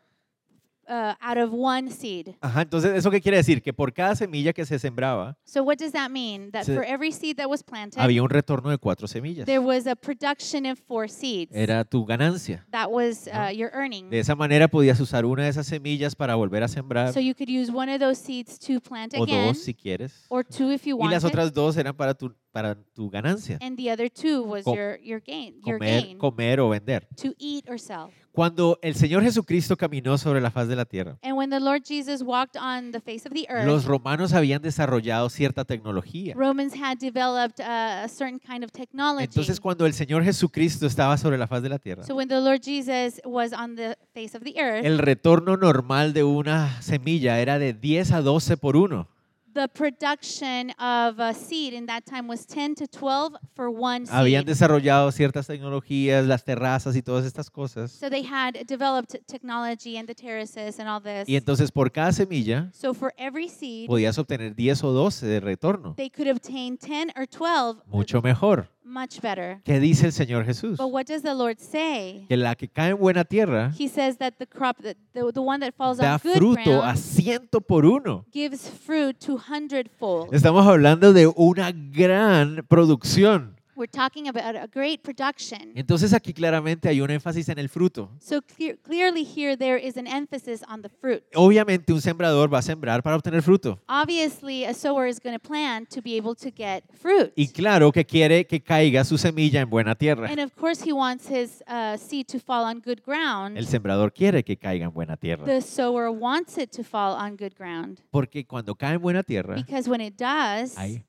Speaker 2: uh, out of one seed.
Speaker 1: Ajá, entonces, ¿eso qué quiere decir? Que por cada semilla que se sembraba,
Speaker 2: So what does that mean? That
Speaker 1: Se-
Speaker 2: for every seed that was planted,
Speaker 1: había un retorno de cuatro semillas.
Speaker 2: there was a production of four seeds.
Speaker 1: Era tu ganancia.
Speaker 2: that was uh,
Speaker 1: Ajá.
Speaker 2: your earning.
Speaker 1: De esa manera podías usar una de esas semillas para volver a sembrar,
Speaker 2: So you could use one of those seeds to plant
Speaker 1: o
Speaker 2: again,
Speaker 1: dos si quieres.
Speaker 2: or two if you
Speaker 1: Y las
Speaker 2: wanted,
Speaker 1: otras dos eran para tu, para tu ganancia,
Speaker 2: and the other two was
Speaker 1: Com-
Speaker 2: your your gain, your
Speaker 1: comer,
Speaker 2: gain
Speaker 1: comer o vender.
Speaker 2: to eat or sell.
Speaker 1: Cuando el Señor Jesucristo caminó sobre la faz de la tierra,
Speaker 2: And when the Lord Jesus walked on the face of the earth,
Speaker 1: los romanos habían desarrollado cierta tecnología.
Speaker 2: Romans had developed uh, a certain kind of technology.
Speaker 1: Entonces cuando el Señor Jesucristo estaba sobre la faz de la tierra,
Speaker 2: so when the Lord Jesus was on the face of the earth,
Speaker 1: el retorno normal de una semilla era de 10 a 12 por 1.
Speaker 2: the production of a seed in that time was 10 to 12 for one
Speaker 1: Habían
Speaker 2: seed.
Speaker 1: desarrollado ciertas tecnologías, las terrazas y todas estas cosas.
Speaker 2: So they had developed technology and the terraces and all this.
Speaker 1: Y entonces por cada semilla
Speaker 2: so for every seed,
Speaker 1: podías obtener 10 o 12 de retorno.
Speaker 2: they could obtain 10 or 12
Speaker 1: Mucho mejor.
Speaker 2: much better.
Speaker 1: ¿Qué dice el Señor Jesús?
Speaker 2: But what does the Lord say?
Speaker 1: Que la que cae en buena tierra
Speaker 2: He says that the crop that the, the one that falls
Speaker 1: da
Speaker 2: on good
Speaker 1: fruto a
Speaker 2: ground
Speaker 1: ciento por uno.
Speaker 2: gives fruit to hundredfold.
Speaker 1: Estamos hablando de una gran producción.
Speaker 2: We're talking about a great production.
Speaker 1: Entonces aquí claramente hay un énfasis en el fruto.
Speaker 2: So clear, clearly here there is an emphasis on the fruit.
Speaker 1: Oh. Obviamente un sembrador va a sembrar para obtener fruto.
Speaker 2: Obviously, a sower is going to plant to be able to get fruit.
Speaker 1: Y claro que quiere que caiga su semilla en buena tierra.
Speaker 2: And of course, he wants his uh, seed to fall on good ground.
Speaker 1: El sembrador quiere que caiga en buena tierra.
Speaker 2: The sower wants it to fall on good ground
Speaker 1: Porque cuando cae en buena tierra
Speaker 2: because when it does,
Speaker 1: hay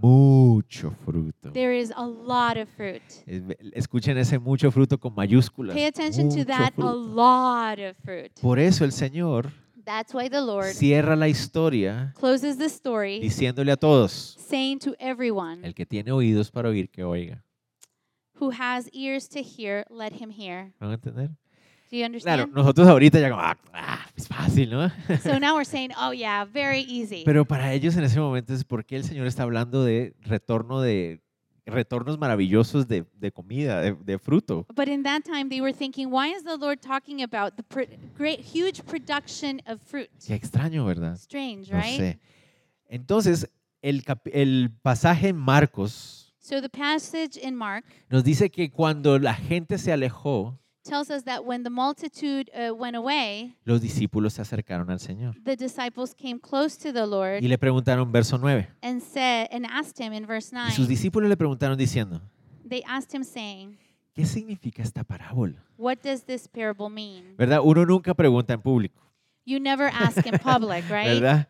Speaker 1: mucho fruto.
Speaker 2: there is a lot of fruit.
Speaker 1: Es- Escuchen ese mucho fruto con mayúsculas.
Speaker 2: Pay attention to
Speaker 1: Mucho
Speaker 2: that a
Speaker 1: fruto.
Speaker 2: lot of fruit.
Speaker 1: Por eso el Señor
Speaker 2: That's why the Lord
Speaker 1: cierra la historia
Speaker 2: closes the story
Speaker 1: diciéndole a todos,
Speaker 2: saying to everyone
Speaker 1: el que tiene oídos para oír, que oiga.
Speaker 2: who has ears to hear, let him hear.
Speaker 1: ¿Me van a entender?
Speaker 2: Do you
Speaker 1: Claro,
Speaker 2: understand?
Speaker 1: nosotros ahorita ya como, "Ah, ah, es fácil, ¿no?
Speaker 2: So now we're saying, oh yeah, very easy.
Speaker 1: Pero para ellos en ese momento es porque el Señor está hablando de retorno de retornos maravillosos de, de comida, de, de fruto.
Speaker 2: But in that time, they were thinking, why is the Lord talking about the pr- great, huge production of fruit?
Speaker 1: Qué extraño, ¿verdad?
Speaker 2: Strange,
Speaker 1: No
Speaker 2: right?
Speaker 1: sé. Entonces, el, cap- el pasaje en Marcos
Speaker 2: So the passage in Mark
Speaker 1: nos dice que cuando la gente se alejó,
Speaker 2: tells us that when the multitude uh, went away,
Speaker 1: los discípulos se acercaron al Señor
Speaker 2: the disciples came close to the
Speaker 1: y
Speaker 2: Lord
Speaker 1: le preguntaron, verso 9.
Speaker 2: and said and asked him in verse
Speaker 1: Y sus
Speaker 2: 9.
Speaker 1: discípulos le preguntaron diciendo,
Speaker 2: They asked him saying,
Speaker 1: ¿qué significa esta parábola?
Speaker 2: "What does this parable mean?"
Speaker 1: ¿Verdad? Uno nunca pregunta en público.
Speaker 2: You never ask in public, right?
Speaker 1: ¿Verdad?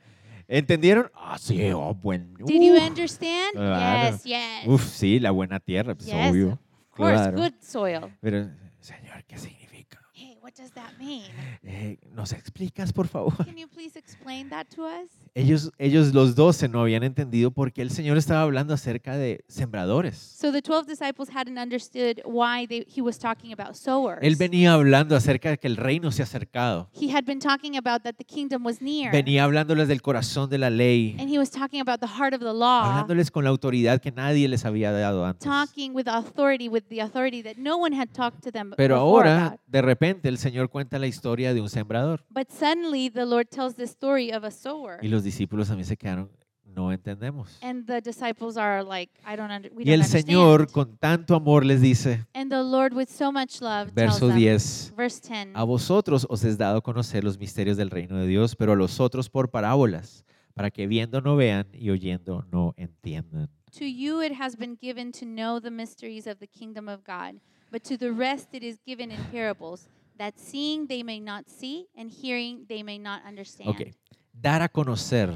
Speaker 1: ¿Entendieron? Ah, sí, oh, buen.
Speaker 2: Did you
Speaker 1: uf,
Speaker 2: understand?
Speaker 1: Claro.
Speaker 2: Yes, yes.
Speaker 1: Uf, sí, la buena tierra, pues
Speaker 2: Yes,
Speaker 1: obvio.
Speaker 2: of course,
Speaker 1: claro.
Speaker 2: good soil.
Speaker 1: Pero, señor, ¿qué significa?
Speaker 2: Hey, what does that mean?
Speaker 1: Eh, ¿Nos explicas, por favor?
Speaker 2: Can you please explain that to us?
Speaker 1: Ellos, ellos los doce no habían entendido porque el Señor estaba hablando acerca de sembradores.
Speaker 2: So the 12 disciples hadn't understood why they, he was talking about sowers.
Speaker 1: Él venía hablando acerca de que el reino se ha acercado.
Speaker 2: he had been talking about that the kingdom was near.
Speaker 1: Venía hablándoles del corazón de la ley,
Speaker 2: and he was talking about the heart of the law,
Speaker 1: hablándoles con la autoridad que nadie les había dado antes.
Speaker 2: Ah. talking with authority, with the authority that no one had talked to them
Speaker 1: Pero
Speaker 2: before
Speaker 1: ahora,
Speaker 2: about.
Speaker 1: de repente, el Señor cuenta la historia de un sembrador.
Speaker 2: But suddenly the Lord tells the story of a sower.
Speaker 1: Y los discípulos también se quedaron, no entendemos.
Speaker 2: And the disciples are like, I don't under, we
Speaker 1: Y
Speaker 2: don't
Speaker 1: el
Speaker 2: understand.
Speaker 1: Señor con tanto amor les dice,
Speaker 2: and the Lord with so much love tells
Speaker 1: verso
Speaker 2: them, Mm-hmm.
Speaker 1: 10,
Speaker 2: verse 10,
Speaker 1: a vosotros os es dado conocer los misterios del reino de Dios, pero a los otros por parábolas, para que viendo no vean y oyendo no entiendan.
Speaker 2: To you it has been given to know the mysteries of the kingdom of God, but to the rest it is given in parables, that seeing they may not see, and hearing they may not understand.
Speaker 1: Ok, dar a conocer.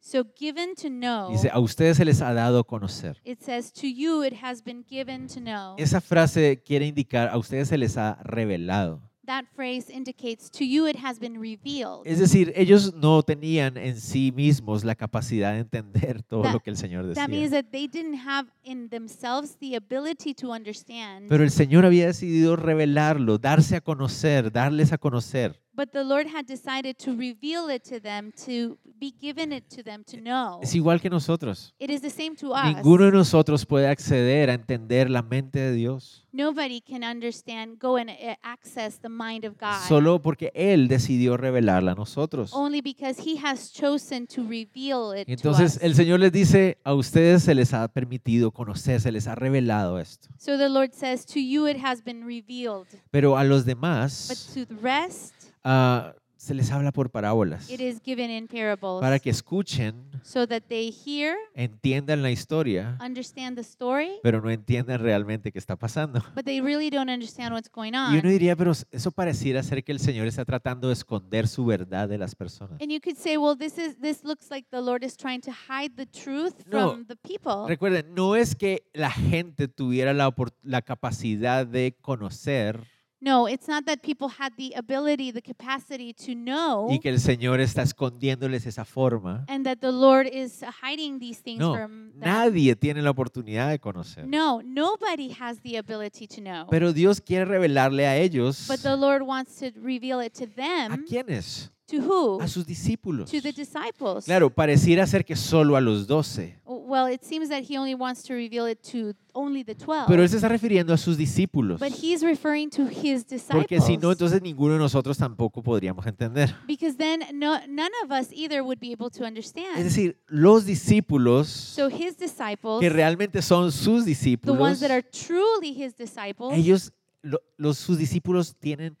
Speaker 2: So given to know,
Speaker 1: Dice, a ustedes se les ha dado a conocer.
Speaker 2: it says, to you it has been given to know.
Speaker 1: Esa frase quiere indicar, a ustedes se les ha revelado.
Speaker 2: that phrase indicates, to you it has been revealed.
Speaker 1: Es decir, ellos no tenían en sí mismos la capacidad de entender todo
Speaker 2: That-
Speaker 1: lo que el Señor decía.
Speaker 2: that means that they didn't have in themselves the ability to understand,
Speaker 1: Pero el Señor había decidido revelarlo, darse a conocer, darles a conocer.
Speaker 2: But the Lord had decided to reveal it to them, to be given it to them to know.
Speaker 1: Es igual que nosotros.
Speaker 2: It is the same to us.
Speaker 1: Ninguno de nosotros puede acceder a entender la mente de Dios
Speaker 2: Nobody can understand, go and uh, access the mind of God
Speaker 1: solo porque Él decidió revelarla a nosotros.
Speaker 2: only because He has chosen to reveal it
Speaker 1: Entonces
Speaker 2: to us.
Speaker 1: el Señor les dice, a ustedes se les ha permitido conocer, se les ha revelado esto,
Speaker 2: so the Lord says, To you it has been revealed,
Speaker 1: pero a los
Speaker 2: but
Speaker 1: demás
Speaker 2: to the rest
Speaker 1: ah, se les habla por parábolas
Speaker 2: it is given in parables,
Speaker 1: para que escuchen,
Speaker 2: so that they hear,
Speaker 1: entiendan la historia,
Speaker 2: understand the story,
Speaker 1: pero no entiendan realmente qué está pasando.
Speaker 2: but they really don't understand what's going on.
Speaker 1: Y uno diría, pero eso pareciera ser que el Señor está tratando de esconder su verdad de las personas.
Speaker 2: And you could say, well, this is this looks like the Lord is trying to hide the truth
Speaker 1: No.
Speaker 2: from the people.
Speaker 1: Recuerden, no es que la gente tuviera la, opor- la capacidad de conocer
Speaker 2: No, it's not that people had the ability, the capacity to know,
Speaker 1: y que el Señor está escondiéndoles esa forma.
Speaker 2: and that the Lord is hiding these things
Speaker 1: No,
Speaker 2: from them.
Speaker 1: Nadie tiene la oportunidad de conocer.
Speaker 2: Em, No, nobody has the ability to know.
Speaker 1: Pero Dios quiere revelarle a ellos.
Speaker 2: but the Lord wants to reveal it to
Speaker 1: ¿A
Speaker 2: them.
Speaker 1: quiénes?
Speaker 2: To who?
Speaker 1: A sus discípulos.
Speaker 2: To the disciples.
Speaker 1: Claro, pareciera ser que solo a los doce.
Speaker 2: W- Well, it seems that he only wants to reveal it to only the 12.
Speaker 1: Pero Él se está refiriendo a
Speaker 2: Pues,
Speaker 1: sus discípulos.
Speaker 2: but he's referring to his disciples.
Speaker 1: Porque si no, entonces ninguno de nosotros tampoco podríamos entender.
Speaker 2: because then no, none of us either would be able to understand.
Speaker 1: Es decir, los discípulos
Speaker 2: So his disciples,
Speaker 1: que realmente son sus
Speaker 2: the ones
Speaker 1: discípulos,
Speaker 2: that are truly his disciples,
Speaker 1: ellos, lo- los, sus discípulos tienen,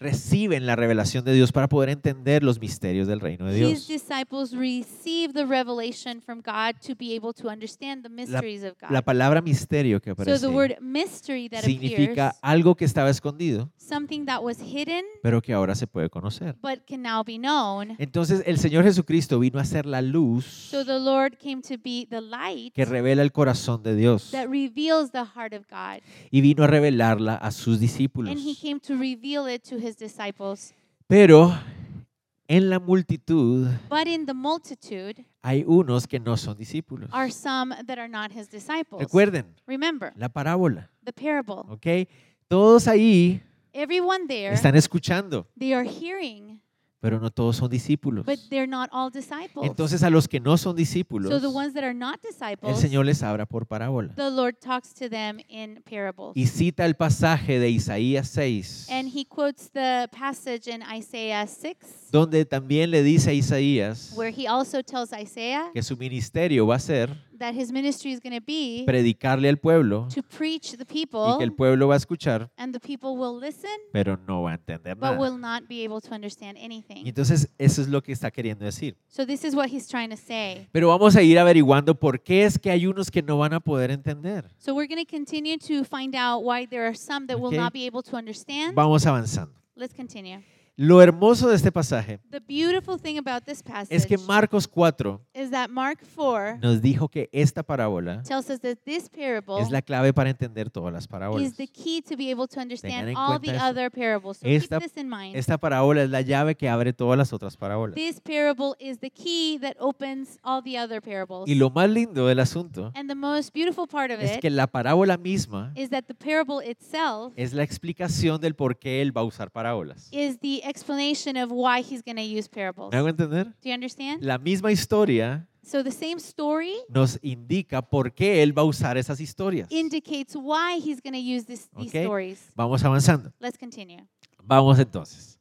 Speaker 1: reciben la revelación de Dios para poder entender los misterios del reino de
Speaker 2: his
Speaker 1: Dios.
Speaker 2: disciples receive the revelation from God to be able to understand the mysteries of
Speaker 1: La
Speaker 2: God.
Speaker 1: palabra misterio que
Speaker 2: So
Speaker 1: aparece
Speaker 2: the
Speaker 1: ahí
Speaker 2: word mystery that appears,
Speaker 1: significa algo que estaba escondido,
Speaker 2: something that was hidden
Speaker 1: pero que ahora se puede conocer.
Speaker 2: but can now be known.
Speaker 1: Entonces el Señor Jesucristo vino a ser la luz
Speaker 2: So the Lord came to be the light
Speaker 1: que revela el corazón de Dios
Speaker 2: that reveals the heart of God,
Speaker 1: y vino a revelarla a sus
Speaker 2: and he
Speaker 1: discípulos.
Speaker 2: came to reveal it to his disciples.
Speaker 1: Pero en la multitud
Speaker 2: But in the multitude
Speaker 1: hay unos que no son discípulos.
Speaker 2: are some that are not his disciples.
Speaker 1: Recuerden
Speaker 2: Remember
Speaker 1: la parábola,
Speaker 2: the parable.
Speaker 1: ¿ok? Todos ahí
Speaker 2: Everyone there
Speaker 1: están escuchando,
Speaker 2: They are hearing,
Speaker 1: pero no todos son discípulos.
Speaker 2: but they're not all disciples.
Speaker 1: Entonces a los que no son
Speaker 2: so
Speaker 1: discípulos,
Speaker 2: the ones that are not
Speaker 1: el
Speaker 2: disciples,
Speaker 1: Señor les habla por parábola.
Speaker 2: the Lord talks to them in parables.
Speaker 1: Y cita el pasaje de Isaías 6,
Speaker 2: and he quotes the passage in Isaiah 6,
Speaker 1: donde también le dice a Isaías
Speaker 2: where he also tells Isaiah
Speaker 1: que su ministerio va a ser
Speaker 2: that his ministry is going to be
Speaker 1: predicarle al pueblo
Speaker 2: to preach the
Speaker 1: y
Speaker 2: people,
Speaker 1: que el pueblo va a escuchar,
Speaker 2: and the people will listen,
Speaker 1: pero no va a entender
Speaker 2: but will
Speaker 1: nada.
Speaker 2: not be able to understand anything.
Speaker 1: Y entonces eso es lo que está queriendo decir.
Speaker 2: so this is what he's trying to say.
Speaker 1: Pero vamos a ir averiguando por qué es que hay unos que no van a poder entender.
Speaker 2: So we're going to continue to find out why there are some that will
Speaker 1: Okay.
Speaker 2: not be able to understand.
Speaker 1: Vamos avanzando.
Speaker 2: Let's continue.
Speaker 1: Lo hermoso de este pasaje
Speaker 2: The beautiful thing about this passage
Speaker 1: es que Marcos 4
Speaker 2: is that Mark 4
Speaker 1: nos dijo que esta parábola
Speaker 2: tells us that this parable
Speaker 1: es la clave para entender todas las
Speaker 2: is
Speaker 1: parábolas.
Speaker 2: the key to be able to
Speaker 1: Tengan en
Speaker 2: understand all the
Speaker 1: cuenta eso.
Speaker 2: other parables. So
Speaker 1: Esta-
Speaker 2: keep this in mind.
Speaker 1: Esta parábola es la llave que abre todas las otras parábolas.
Speaker 2: This parable is the key that opens all the other parables.
Speaker 1: Y lo más lindo del asunto
Speaker 2: and the most beautiful part of
Speaker 1: es
Speaker 2: it
Speaker 1: que la parábola misma
Speaker 2: is that the parable itself
Speaker 1: es la explicación del por qué él va a usar parábolas.
Speaker 2: is the explanation of why he's going to use parables.
Speaker 1: ¿Me hago entender?
Speaker 2: Do you understand?
Speaker 1: La misma historia
Speaker 2: So the same story
Speaker 1: nos indica por qué él va a usar esas historias.
Speaker 2: indicates why he's going to use this, these
Speaker 1: Okay.
Speaker 2: stories.
Speaker 1: Vamos avanzando.
Speaker 2: Let's continue.
Speaker 1: Vamos entonces.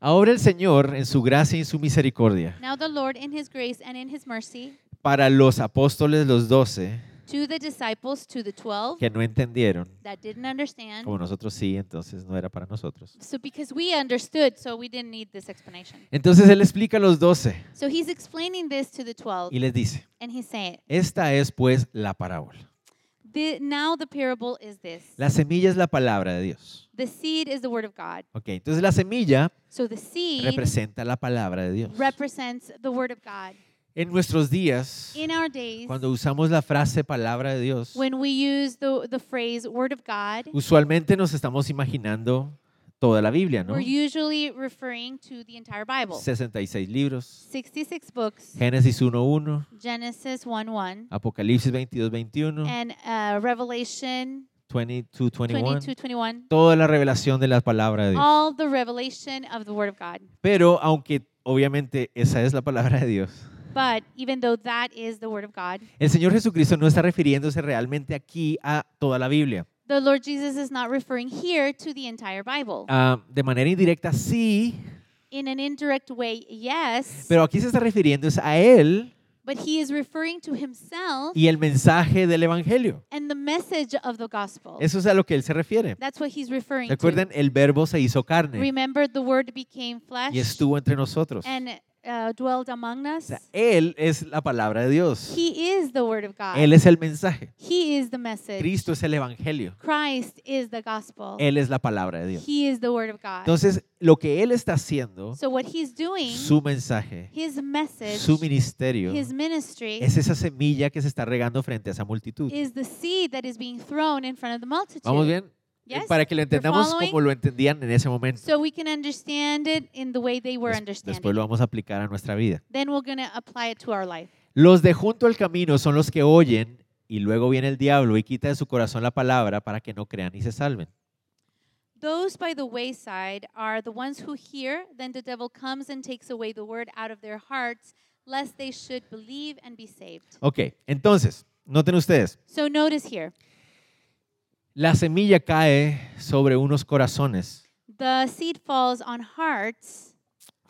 Speaker 1: Ahora el Señor, en su gracia y en su misericordia,
Speaker 2: Now the Lord in his grace and in his mercy
Speaker 1: para los apóstoles, los doce,
Speaker 2: to the disciples, to the 12
Speaker 1: que no entendieron,
Speaker 2: that didn't understand.
Speaker 1: como nosotros sí, entonces no era para nosotros.
Speaker 2: So, because we understood, so we didn't need this explanation.
Speaker 1: Entonces Él explica a los doce
Speaker 2: So, he's explaining this to the 12,
Speaker 1: y les dice,
Speaker 2: and he's saying,
Speaker 1: esta es pues la parábola.
Speaker 2: the, Now the parable is this
Speaker 1: La semilla es la palabra de Dios.
Speaker 2: the seed is the word of God.
Speaker 1: Ok, entonces la semilla
Speaker 2: So, the seed
Speaker 1: representa la palabra de Dios.
Speaker 2: represents the word of God.
Speaker 1: En nuestros días,
Speaker 2: In our days,
Speaker 1: cuando usamos la frase palabra de Dios,
Speaker 2: when we use the, the phrase word of God,
Speaker 1: usualmente nos estamos imaginando toda la Biblia, ¿no?
Speaker 2: we're usually referring to the entire Bible
Speaker 1: 66 libros,
Speaker 2: 66 books,
Speaker 1: Génesis 1.1,
Speaker 2: Genesis 1 1,
Speaker 1: Apocalipsis 22.21,
Speaker 2: and uh, Revelation
Speaker 1: 22, 21,
Speaker 2: 22, 21.
Speaker 1: toda la revelación de la palabra de Dios.
Speaker 2: All the revelation of the Word of God.
Speaker 1: Pero aunque obviamente esa es la palabra de Dios,
Speaker 2: But even though that is the Word of God,
Speaker 1: el Señor Jesucristo no está refiriéndose realmente aquí a toda la Biblia.
Speaker 2: the Lord Jesus is not referring here to the entire Bible.
Speaker 1: Ah, de manera indirecta sí,
Speaker 2: In an indirect way, yes,
Speaker 1: pero aquí se está refiriendo es a Él
Speaker 2: but he is referring to himself
Speaker 1: y el mensaje del Evangelio.
Speaker 2: and the message of the gospel.
Speaker 1: Eso es a lo que Él se refiere.
Speaker 2: That's what he's referring to.
Speaker 1: Recuerden, el verbo se hizo carne
Speaker 2: Remember, the Word became flesh
Speaker 1: y estuvo entre nosotros. O
Speaker 2: and uh, dwelled among us.
Speaker 1: sea, él es la palabra de Dios.
Speaker 2: He is the Word of God.
Speaker 1: Él es el mensaje.
Speaker 2: He is the message.
Speaker 1: Cristo es el Evangelio.
Speaker 2: Christ is the gospel.
Speaker 1: Él es la palabra de Dios.
Speaker 2: He is the Word of God.
Speaker 1: Entonces, lo que Él está haciendo,
Speaker 2: So what he's doing,
Speaker 1: su mensaje,
Speaker 2: his message,
Speaker 1: su ministerio,
Speaker 2: his ministry,
Speaker 1: es esa semilla que se está regando frente a esa multitud.
Speaker 2: is the seed that is being thrown in front of the multitude.
Speaker 1: ¿Vamos bien?
Speaker 2: Yes.
Speaker 1: Para que lo entendamos
Speaker 2: following?
Speaker 1: como lo entendían en ese momento.
Speaker 2: So we can understand it in the way they were
Speaker 1: Des-
Speaker 2: understanding.
Speaker 1: Después lo vamos a aplicar a nuestra vida.
Speaker 2: Then we're going to apply it to our life.
Speaker 1: Los de junto al camino son los que oyen y luego viene el diablo y quita de su corazón la palabra para que no crean y se salven.
Speaker 2: Those by the wayside are the ones who hear, then the devil comes and takes away the word out of their hearts, lest they should believe and be saved.
Speaker 1: Ok, entonces, noten ustedes,
Speaker 2: So notice here,
Speaker 1: la semilla cae sobre unos corazones
Speaker 2: the seed falls on hearts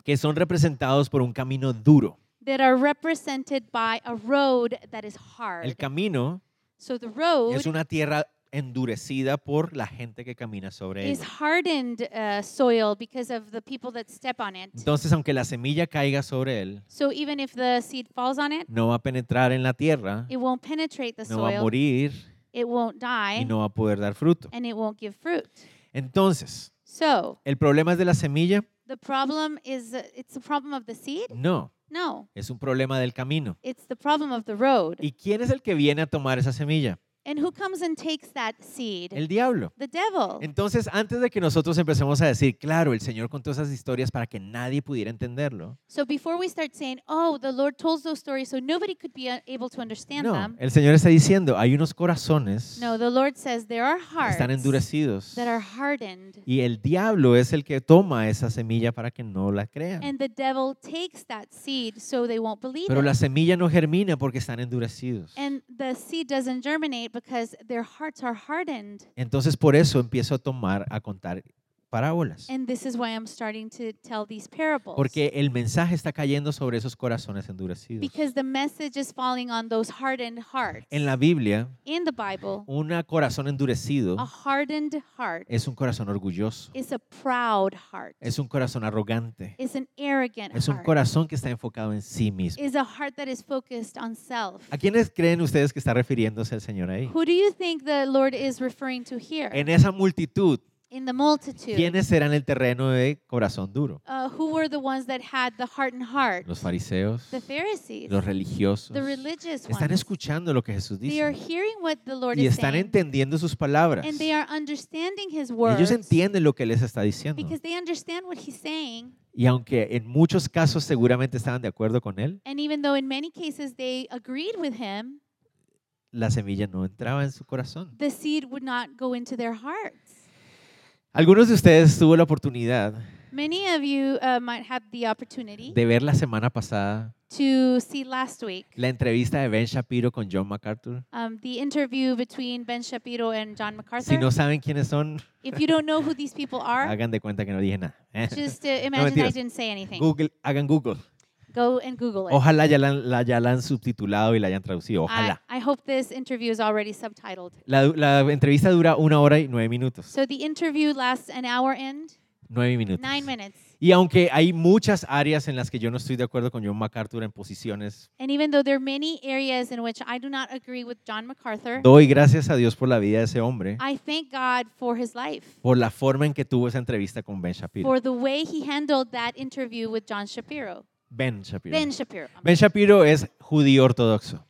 Speaker 1: que son representados por un camino duro.
Speaker 2: that are represented by a road that is hard.
Speaker 1: El camino
Speaker 2: So the road
Speaker 1: es una tierra endurecida por la gente que camina sobre
Speaker 2: is
Speaker 1: ella.
Speaker 2: hardened uh, soil because of the people that step on it.
Speaker 1: Entonces, aunque la semilla caiga sobre él,
Speaker 2: So even if the seed falls on it,
Speaker 1: no va a penetrar en la tierra,
Speaker 2: it won't penetrate the
Speaker 1: no va a
Speaker 2: soil,
Speaker 1: morir
Speaker 2: it won't
Speaker 1: y
Speaker 2: die,
Speaker 1: no va a poder dar fruto.
Speaker 2: and it won't give fruit.
Speaker 1: Entonces,
Speaker 2: So
Speaker 1: ¿el problema es de la semilla?
Speaker 2: The problem is uh, it's the problem of the seed?
Speaker 1: No,
Speaker 2: No,
Speaker 1: es un problema del camino.
Speaker 2: it's the problem of the road.
Speaker 1: ¿Y quién es el que viene a tomar esa semilla?
Speaker 2: And who comes and takes that seed?
Speaker 1: El diablo.
Speaker 2: the devil.
Speaker 1: Entonces, antes de que nosotros empecemos a decir, claro, el Señor contó esas historias para que nadie pudiera entenderlo.
Speaker 2: So before we start saying, "Oh, the Lord told those stories so nobody could be uh, able to understand
Speaker 1: No,
Speaker 2: them."
Speaker 1: el Señor está diciendo, hay unos corazones
Speaker 2: No, the Lord says there are
Speaker 1: que
Speaker 2: hearts
Speaker 1: están endurecidos.
Speaker 2: that are hardened,
Speaker 1: Y el diablo es el que toma esa semilla para que no la crean.
Speaker 2: and the devil takes that seed so they won't believe
Speaker 1: Pero
Speaker 2: it.
Speaker 1: la semilla no germina porque están endurecidos.
Speaker 2: and the seed doesn't germinate because their hearts are hardened.
Speaker 1: Entonces, por eso empiezo a tomar, a contar parábolas.
Speaker 2: And this is why I'm starting to tell these parables.
Speaker 1: Porque el mensaje está cayendo sobre esos corazones endurecidos.
Speaker 2: Because the message is falling on those hardened hearts.
Speaker 1: En la Biblia,
Speaker 2: In the Bible,
Speaker 1: un corazón endurecido
Speaker 2: a hardened heart
Speaker 1: es un corazón orgulloso,
Speaker 2: is a proud heart,
Speaker 1: es un corazón arrogante,
Speaker 2: is an arrogant
Speaker 1: es un
Speaker 2: heart,
Speaker 1: corazón que está enfocado en sí mismo.
Speaker 2: is a heart that is focused on self.
Speaker 1: ¿A quiénes creen ustedes que está refiriéndose el Señor ahí?
Speaker 2: Who do you think the Lord is referring to here?
Speaker 1: En esa multitud,
Speaker 2: In the multitude.
Speaker 1: ¿quiénes eran el terreno de corazón duro?
Speaker 2: Uh, who were the ones that had the hardened heart?
Speaker 1: Los fariseos,
Speaker 2: The Pharisees,
Speaker 1: los religiosos.
Speaker 2: the religious
Speaker 1: Están
Speaker 2: ones.
Speaker 1: escuchando lo que Jesús
Speaker 2: They are
Speaker 1: dice
Speaker 2: hearing what the Lord
Speaker 1: y
Speaker 2: is
Speaker 1: están
Speaker 2: saying,
Speaker 1: entendiendo sus palabras.
Speaker 2: and they are understanding His
Speaker 1: Ellos
Speaker 2: words
Speaker 1: entienden lo que les está diciendo.
Speaker 2: because they understand what He's saying.
Speaker 1: Y aunque en muchos casos seguramente estaban de acuerdo con él,
Speaker 2: And even though in many cases they agreed with him,
Speaker 1: la semilla no entraba en su corazón.
Speaker 2: the seed would not go into their hearts.
Speaker 1: Algunos de ustedes tuvo la oportunidad
Speaker 2: Many of you uh, might have the opportunity
Speaker 1: de ver la semana pasada
Speaker 2: to see last week
Speaker 1: la entrevista de Ben Shapiro con John MacArthur.
Speaker 2: um, the interview between Ben Shapiro and John MacArthur.
Speaker 1: Si no saben quiénes son,
Speaker 2: if you don't know who these people are,
Speaker 1: hagan de cuenta que no dije nada.
Speaker 2: just uh, imagine I
Speaker 1: mentiras.
Speaker 2: didn't say anything.
Speaker 1: Google, hagan Google.
Speaker 2: Go and Google it.
Speaker 1: Ojalá ya la, la- ya la han subtitulado y la hayan traducido.
Speaker 2: I,
Speaker 1: Ojalá.
Speaker 2: I hope this interview is already subtitled.
Speaker 1: La, la entrevista dura una hora y nueve minutos.
Speaker 2: So the interview lasts an hour and
Speaker 1: Nueve minutos.
Speaker 2: nine minutes.
Speaker 1: Y aunque hay muchas áreas en las que yo no estoy de acuerdo con John MacArthur en posiciones,
Speaker 2: And even though there are many areas in which I do not agree with John MacArthur,
Speaker 1: doy gracias a Dios por la vida de ese hombre,
Speaker 2: I thank God for his life,
Speaker 1: por la forma en que tuvo esa entrevista con Ben Shapiro.
Speaker 2: for the way he handled that interview with John Shapiro,
Speaker 1: Ben Shapiro.
Speaker 2: Ben Shapiro.
Speaker 1: Ben Shapiro es judío ortodoxo.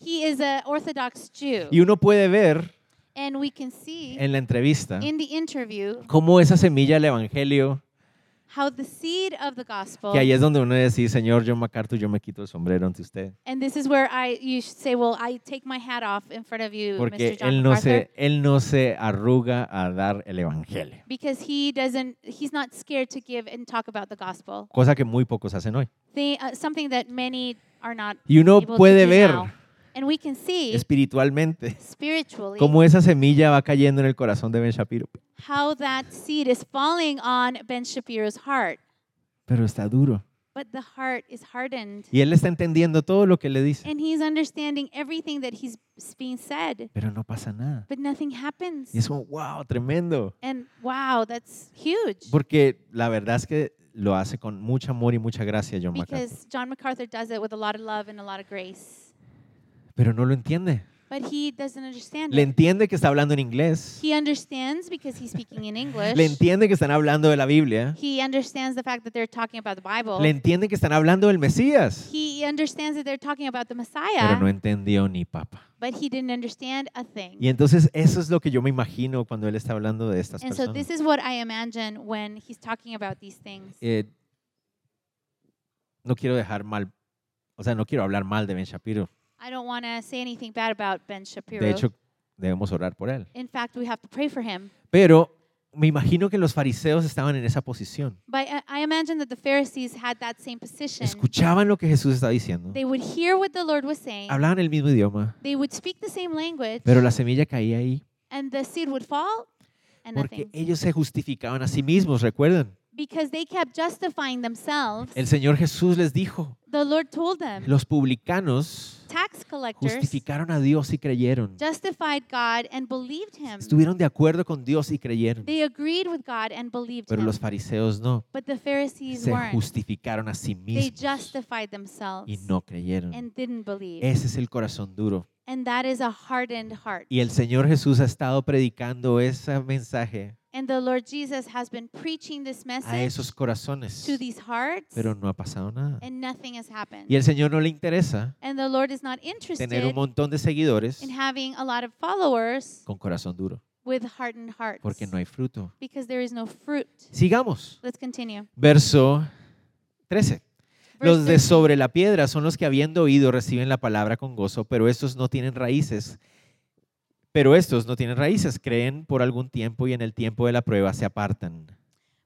Speaker 2: He is an Orthodox Jew.
Speaker 1: Y uno puede ver
Speaker 2: and we can see
Speaker 1: en la entrevista
Speaker 2: in the interview
Speaker 1: cómo esa semilla del Evangelio
Speaker 2: how the seed of the gospel,
Speaker 1: Que ahí es donde uno dice, Señor John MacArthur, yo me quito el sombrero ante usted.
Speaker 2: and this is where I you should say, well, I take my hat off in front of you,
Speaker 1: Porque
Speaker 2: Mr. John
Speaker 1: él no, se,
Speaker 2: MacArthur,
Speaker 1: él no se arruga a dar el evangelio.
Speaker 2: because he doesn't, he's not scared to give and talk about the gospel.
Speaker 1: Cosa que muy pocos hacen hoy.
Speaker 2: They, uh, something that many are not
Speaker 1: Y uno
Speaker 2: able
Speaker 1: puede
Speaker 2: to do
Speaker 1: ver
Speaker 2: now. And we can see
Speaker 1: espiritualmente
Speaker 2: spiritually
Speaker 1: cómo esa semilla va cayendo en el corazón de Ben Shapiro.
Speaker 2: how that seed is falling on Ben Shapiro's heart.
Speaker 1: Pero está duro.
Speaker 2: But the heart is hardened.
Speaker 1: Y él está entendiendo todo lo que le dice.
Speaker 2: And he's understanding everything that he's s- being said,
Speaker 1: Pero no pasa nada.
Speaker 2: but nothing happens.
Speaker 1: Y es como, wow, tremendo.
Speaker 2: And wow, that's huge.
Speaker 1: Porque la verdad es que lo hace con mucho amor y mucha gracia John MacArthur.
Speaker 2: Because John MacArthur does it with a lot of love and a lot of grace.
Speaker 1: Pero no lo entiende.
Speaker 2: But he doesn't understand
Speaker 1: Le
Speaker 2: it.
Speaker 1: entiende que está hablando en inglés.
Speaker 2: He understands because he's speaking in English.
Speaker 1: Le entiende que están hablando de la Biblia.
Speaker 2: He understands the fact that they're talking about the Bible.
Speaker 1: Le entiende que están hablando del Mesías.
Speaker 2: He understands that they're talking about the
Speaker 1: Pero
Speaker 2: Messiah,
Speaker 1: no entendió ni papa.
Speaker 2: but he didn't understand a thing.
Speaker 1: Y entonces eso es lo que yo me imagino cuando él está hablando de estas
Speaker 2: And so
Speaker 1: personas.
Speaker 2: this is what I imagine when he's talking about these things.
Speaker 1: eh, no quiero dejar mal, o sea, no quiero hablar mal de Ben Shapiro.
Speaker 2: I don't want to say anything bad about Ben Shapiro.
Speaker 1: De hecho, debemos orar por él.
Speaker 2: in fact, we have to pray for him.
Speaker 1: Pero me imagino que los fariseos estaban en esa posición.
Speaker 2: But I, I imagine that the Pharisees had that same position.
Speaker 1: Escuchaban lo que Jesús está diciendo.
Speaker 2: They would hear what the Lord was saying.
Speaker 1: Hablaban el mismo idioma,
Speaker 2: They would speak the same language,
Speaker 1: pero la semilla caía ahí
Speaker 2: and the seed would fall, and
Speaker 1: porque
Speaker 2: nothing.
Speaker 1: ellos se justificaban a sí mismos, recuerden.
Speaker 2: Because they kept justifying themselves.
Speaker 1: El Señor Jesús les dijo,
Speaker 2: The Lord told them,
Speaker 1: los publicanos
Speaker 2: tax collectors
Speaker 1: justificaron a Dios y creyeron.
Speaker 2: justified God and believed him.
Speaker 1: Estuvieron de acuerdo con Dios y creyeron,
Speaker 2: They agreed with God and believed
Speaker 1: pero
Speaker 2: him.
Speaker 1: los fariseos no.
Speaker 2: but the Pharisees
Speaker 1: Se
Speaker 2: weren't.
Speaker 1: justificaron a sí
Speaker 2: They
Speaker 1: mismos.
Speaker 2: justified themselves
Speaker 1: y no creyeron.
Speaker 2: and didn't believe.
Speaker 1: Ese es el corazón duro.
Speaker 2: and that is a hardened heart.
Speaker 1: Y el Señor Jesús ha estado predicando ese mensaje
Speaker 2: And the Lord Jesus has been preaching this
Speaker 1: a
Speaker 2: message
Speaker 1: esos corazones,
Speaker 2: to these hearts,
Speaker 1: pero no ha pasado nada.
Speaker 2: and nothing has happened.
Speaker 1: Y el Señor no le interesa
Speaker 2: And the Lord is not
Speaker 1: tener un
Speaker 2: interested
Speaker 1: montón de seguidores
Speaker 2: in having a lot of followers
Speaker 1: con corazón duro,
Speaker 2: with hardened hearts
Speaker 1: porque no hay fruto.
Speaker 2: because there is no fruit.
Speaker 1: Sigamos.
Speaker 2: Let's continue.
Speaker 1: Verso 13.
Speaker 2: Verse
Speaker 1: Los de
Speaker 2: 13.
Speaker 1: sobre la piedra son los que habiendo oído reciben la palabra con gozo, pero estos no tienen raíces. Pero estos no tienen raíces, creen por algún tiempo y en el tiempo de la prueba se apartan.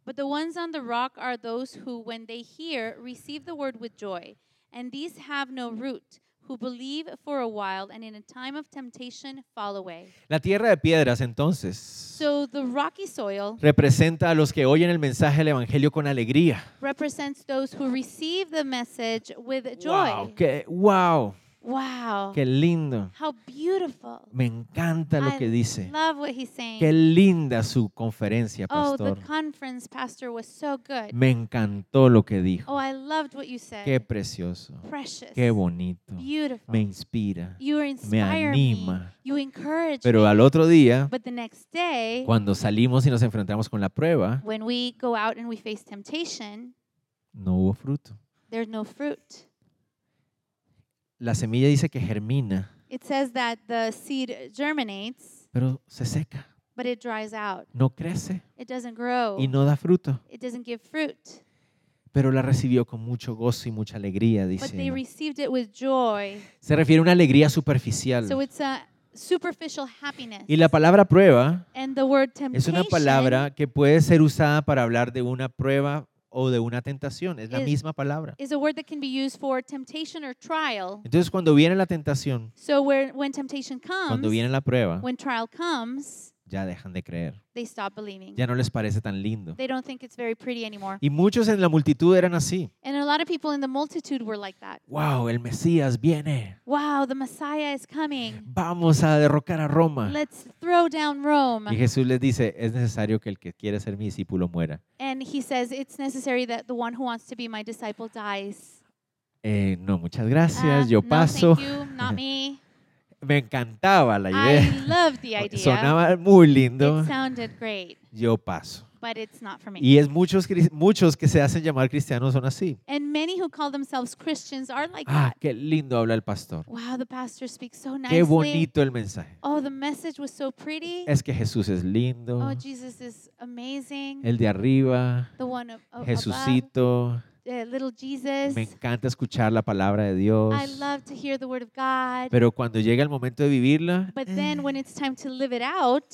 Speaker 2: But the ones on the rock are those who, when they hear, receive the word with joy. And these have no root, who believe for a while, and in a time of temptation fall away.
Speaker 1: La tierra de piedras, entonces,
Speaker 2: So the rocky soil
Speaker 1: representa a los que oyen el mensaje del Evangelio con alegría.
Speaker 2: represents those who receive the message with joy.
Speaker 1: ¡Wow! ¡Qué, wow,
Speaker 2: Wow.
Speaker 1: qué lindo!
Speaker 2: How beautiful.
Speaker 1: Me encanta lo
Speaker 2: I
Speaker 1: que dice.
Speaker 2: Love what he's saying.
Speaker 1: ¡Qué linda su conferencia,
Speaker 2: oh, the
Speaker 1: pastor!
Speaker 2: conference pastor was so good.
Speaker 1: Me encantó lo que dijo.
Speaker 2: Oh, I loved what you said.
Speaker 1: ¡Qué precioso!
Speaker 2: Precious.
Speaker 1: ¡Qué bonito!
Speaker 2: Oh, Beautiful.
Speaker 1: Me inspira.
Speaker 2: you inspire me.
Speaker 1: anima.
Speaker 2: You encourage
Speaker 1: Pero
Speaker 2: me.
Speaker 1: al otro día,
Speaker 2: But the next day,
Speaker 1: cuando salimos y nos enfrentamos con la prueba,
Speaker 2: when we go out and we face temptation,
Speaker 1: no hubo fruto.
Speaker 2: there's no fruit.
Speaker 1: La semilla dice que germina,
Speaker 2: It says that the seed germinates,
Speaker 1: pero se seca,
Speaker 2: but it dries out.
Speaker 1: no crece
Speaker 2: It doesn't grow.
Speaker 1: y no da fruto.
Speaker 2: It doesn't give fruit.
Speaker 1: pero la recibió con mucho gozo y mucha alegría,
Speaker 2: But
Speaker 1: dice.
Speaker 2: they received it with joy.
Speaker 1: Se refiere a una alegría
Speaker 2: So
Speaker 1: superficial.
Speaker 2: it's a superficial happiness.
Speaker 1: Y la palabra prueba
Speaker 2: And the word temptation
Speaker 1: es una palabra que puede ser usada para hablar de una prueba o de una tentación, es la
Speaker 2: Es-
Speaker 1: misma palabra.
Speaker 2: is a word that can be used for temptation or trial.
Speaker 1: Entonces cuando viene la tentación,
Speaker 2: So where, when temptation comes,
Speaker 1: cuando viene la prueba,
Speaker 2: when trial comes,
Speaker 1: ya dejan de creer,
Speaker 2: they stop believing.
Speaker 1: ya no les parece tan lindo.
Speaker 2: They don't think it's very pretty anymore.
Speaker 1: Y muchos en la multitud eran así,
Speaker 2: And a lot of people in the multitude were like that.
Speaker 1: wow, el Mesías viene,
Speaker 2: Wow, the Messiah is coming.
Speaker 1: vamos a derrocar a Roma.
Speaker 2: Let's throw down Rome.
Speaker 1: Y Jesús les dice, es necesario que el que quiere ser mi discípulo muera.
Speaker 2: And he says, It's necessary that the one who wants to be my disciple dies.
Speaker 1: Eh, no, muchas
Speaker 2: Ah,
Speaker 1: gracias, yo
Speaker 2: no,
Speaker 1: paso.
Speaker 2: thank you, not me.
Speaker 1: me encantaba la
Speaker 2: I
Speaker 1: idea.
Speaker 2: love the idea.
Speaker 1: Sonaba muy
Speaker 2: It
Speaker 1: lindo.
Speaker 2: sounded great,
Speaker 1: Yo paso.
Speaker 2: but it's not for me.
Speaker 1: Y es muchos, cris- muchos que se hacen llamar cristianos son así.
Speaker 2: And many who call themselves Christians are like
Speaker 1: Ah,
Speaker 2: that.
Speaker 1: qué lindo habla el pastor.
Speaker 2: Wow, the pastor speaks so
Speaker 1: Qué
Speaker 2: nicely.
Speaker 1: bonito el mensaje.
Speaker 2: Oh, the message was so pretty.
Speaker 1: Es que Jesús es lindo.
Speaker 2: Oh, Jesus is amazing.
Speaker 1: El de arriba.
Speaker 2: The one ab- ab- above,
Speaker 1: Jesucito.
Speaker 2: uh, little Jesus.
Speaker 1: Me encanta escuchar la palabra de Dios.
Speaker 2: I love to hear the word of God.
Speaker 1: Pero cuando llega el momento de vivirla,
Speaker 2: But then when it's time to live it out,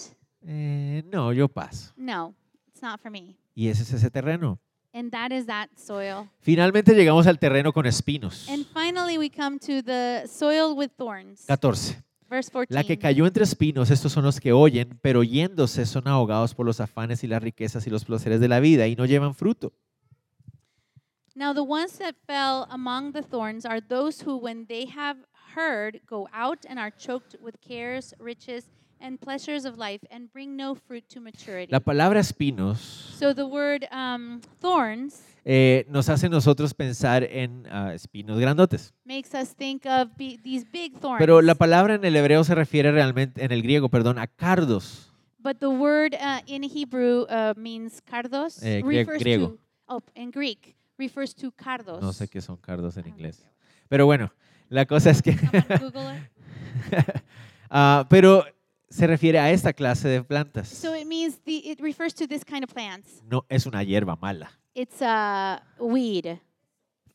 Speaker 1: eh, no, yo paso.
Speaker 2: no, it's not for me.
Speaker 1: Y ese es ese terreno.
Speaker 2: And that is that soil.
Speaker 1: Finalmente llegamos al terreno con espinos.
Speaker 2: And finally, we come to the soil with thorns.
Speaker 1: 14.
Speaker 2: Verse
Speaker 1: La que
Speaker 2: 14.
Speaker 1: cayó entre espinos, estos son los que oyen, pero yéndose son ahogados por los afanes y las riquezas y los placeres de la vida y no llevan fruto.
Speaker 2: Now, the ones that fell among the thorns are those who, when they have heard, go out and are choked with cares, riches, and pleasures of life and bring no fruit to maturity.
Speaker 1: La palabra espinos
Speaker 2: So the word um, thorns
Speaker 1: eh, nos hace nosotros pensar en ah, espinos grandotes,
Speaker 2: makes us think of be- these big thorns.
Speaker 1: pero la palabra en el hebreo se refiere realmente, en el griego, perdón, a cardos.
Speaker 2: but the word uh, in Hebrew uh, means cardos.
Speaker 1: Eh, grie- griego.
Speaker 2: to oh, in Greek refers to cardos.
Speaker 1: No sé qué son cardos en
Speaker 2: Ah,
Speaker 1: inglés. Pero bueno, la cosa es que...
Speaker 2: Someone Google it.
Speaker 1: Ah, pero se refiere a esta clase de plantas.
Speaker 2: So it means the it refers to this kind of plants.
Speaker 1: No es una hierba mala.
Speaker 2: It's a weed.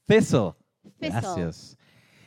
Speaker 1: Thistle.
Speaker 2: Thistle.
Speaker 1: Gracias.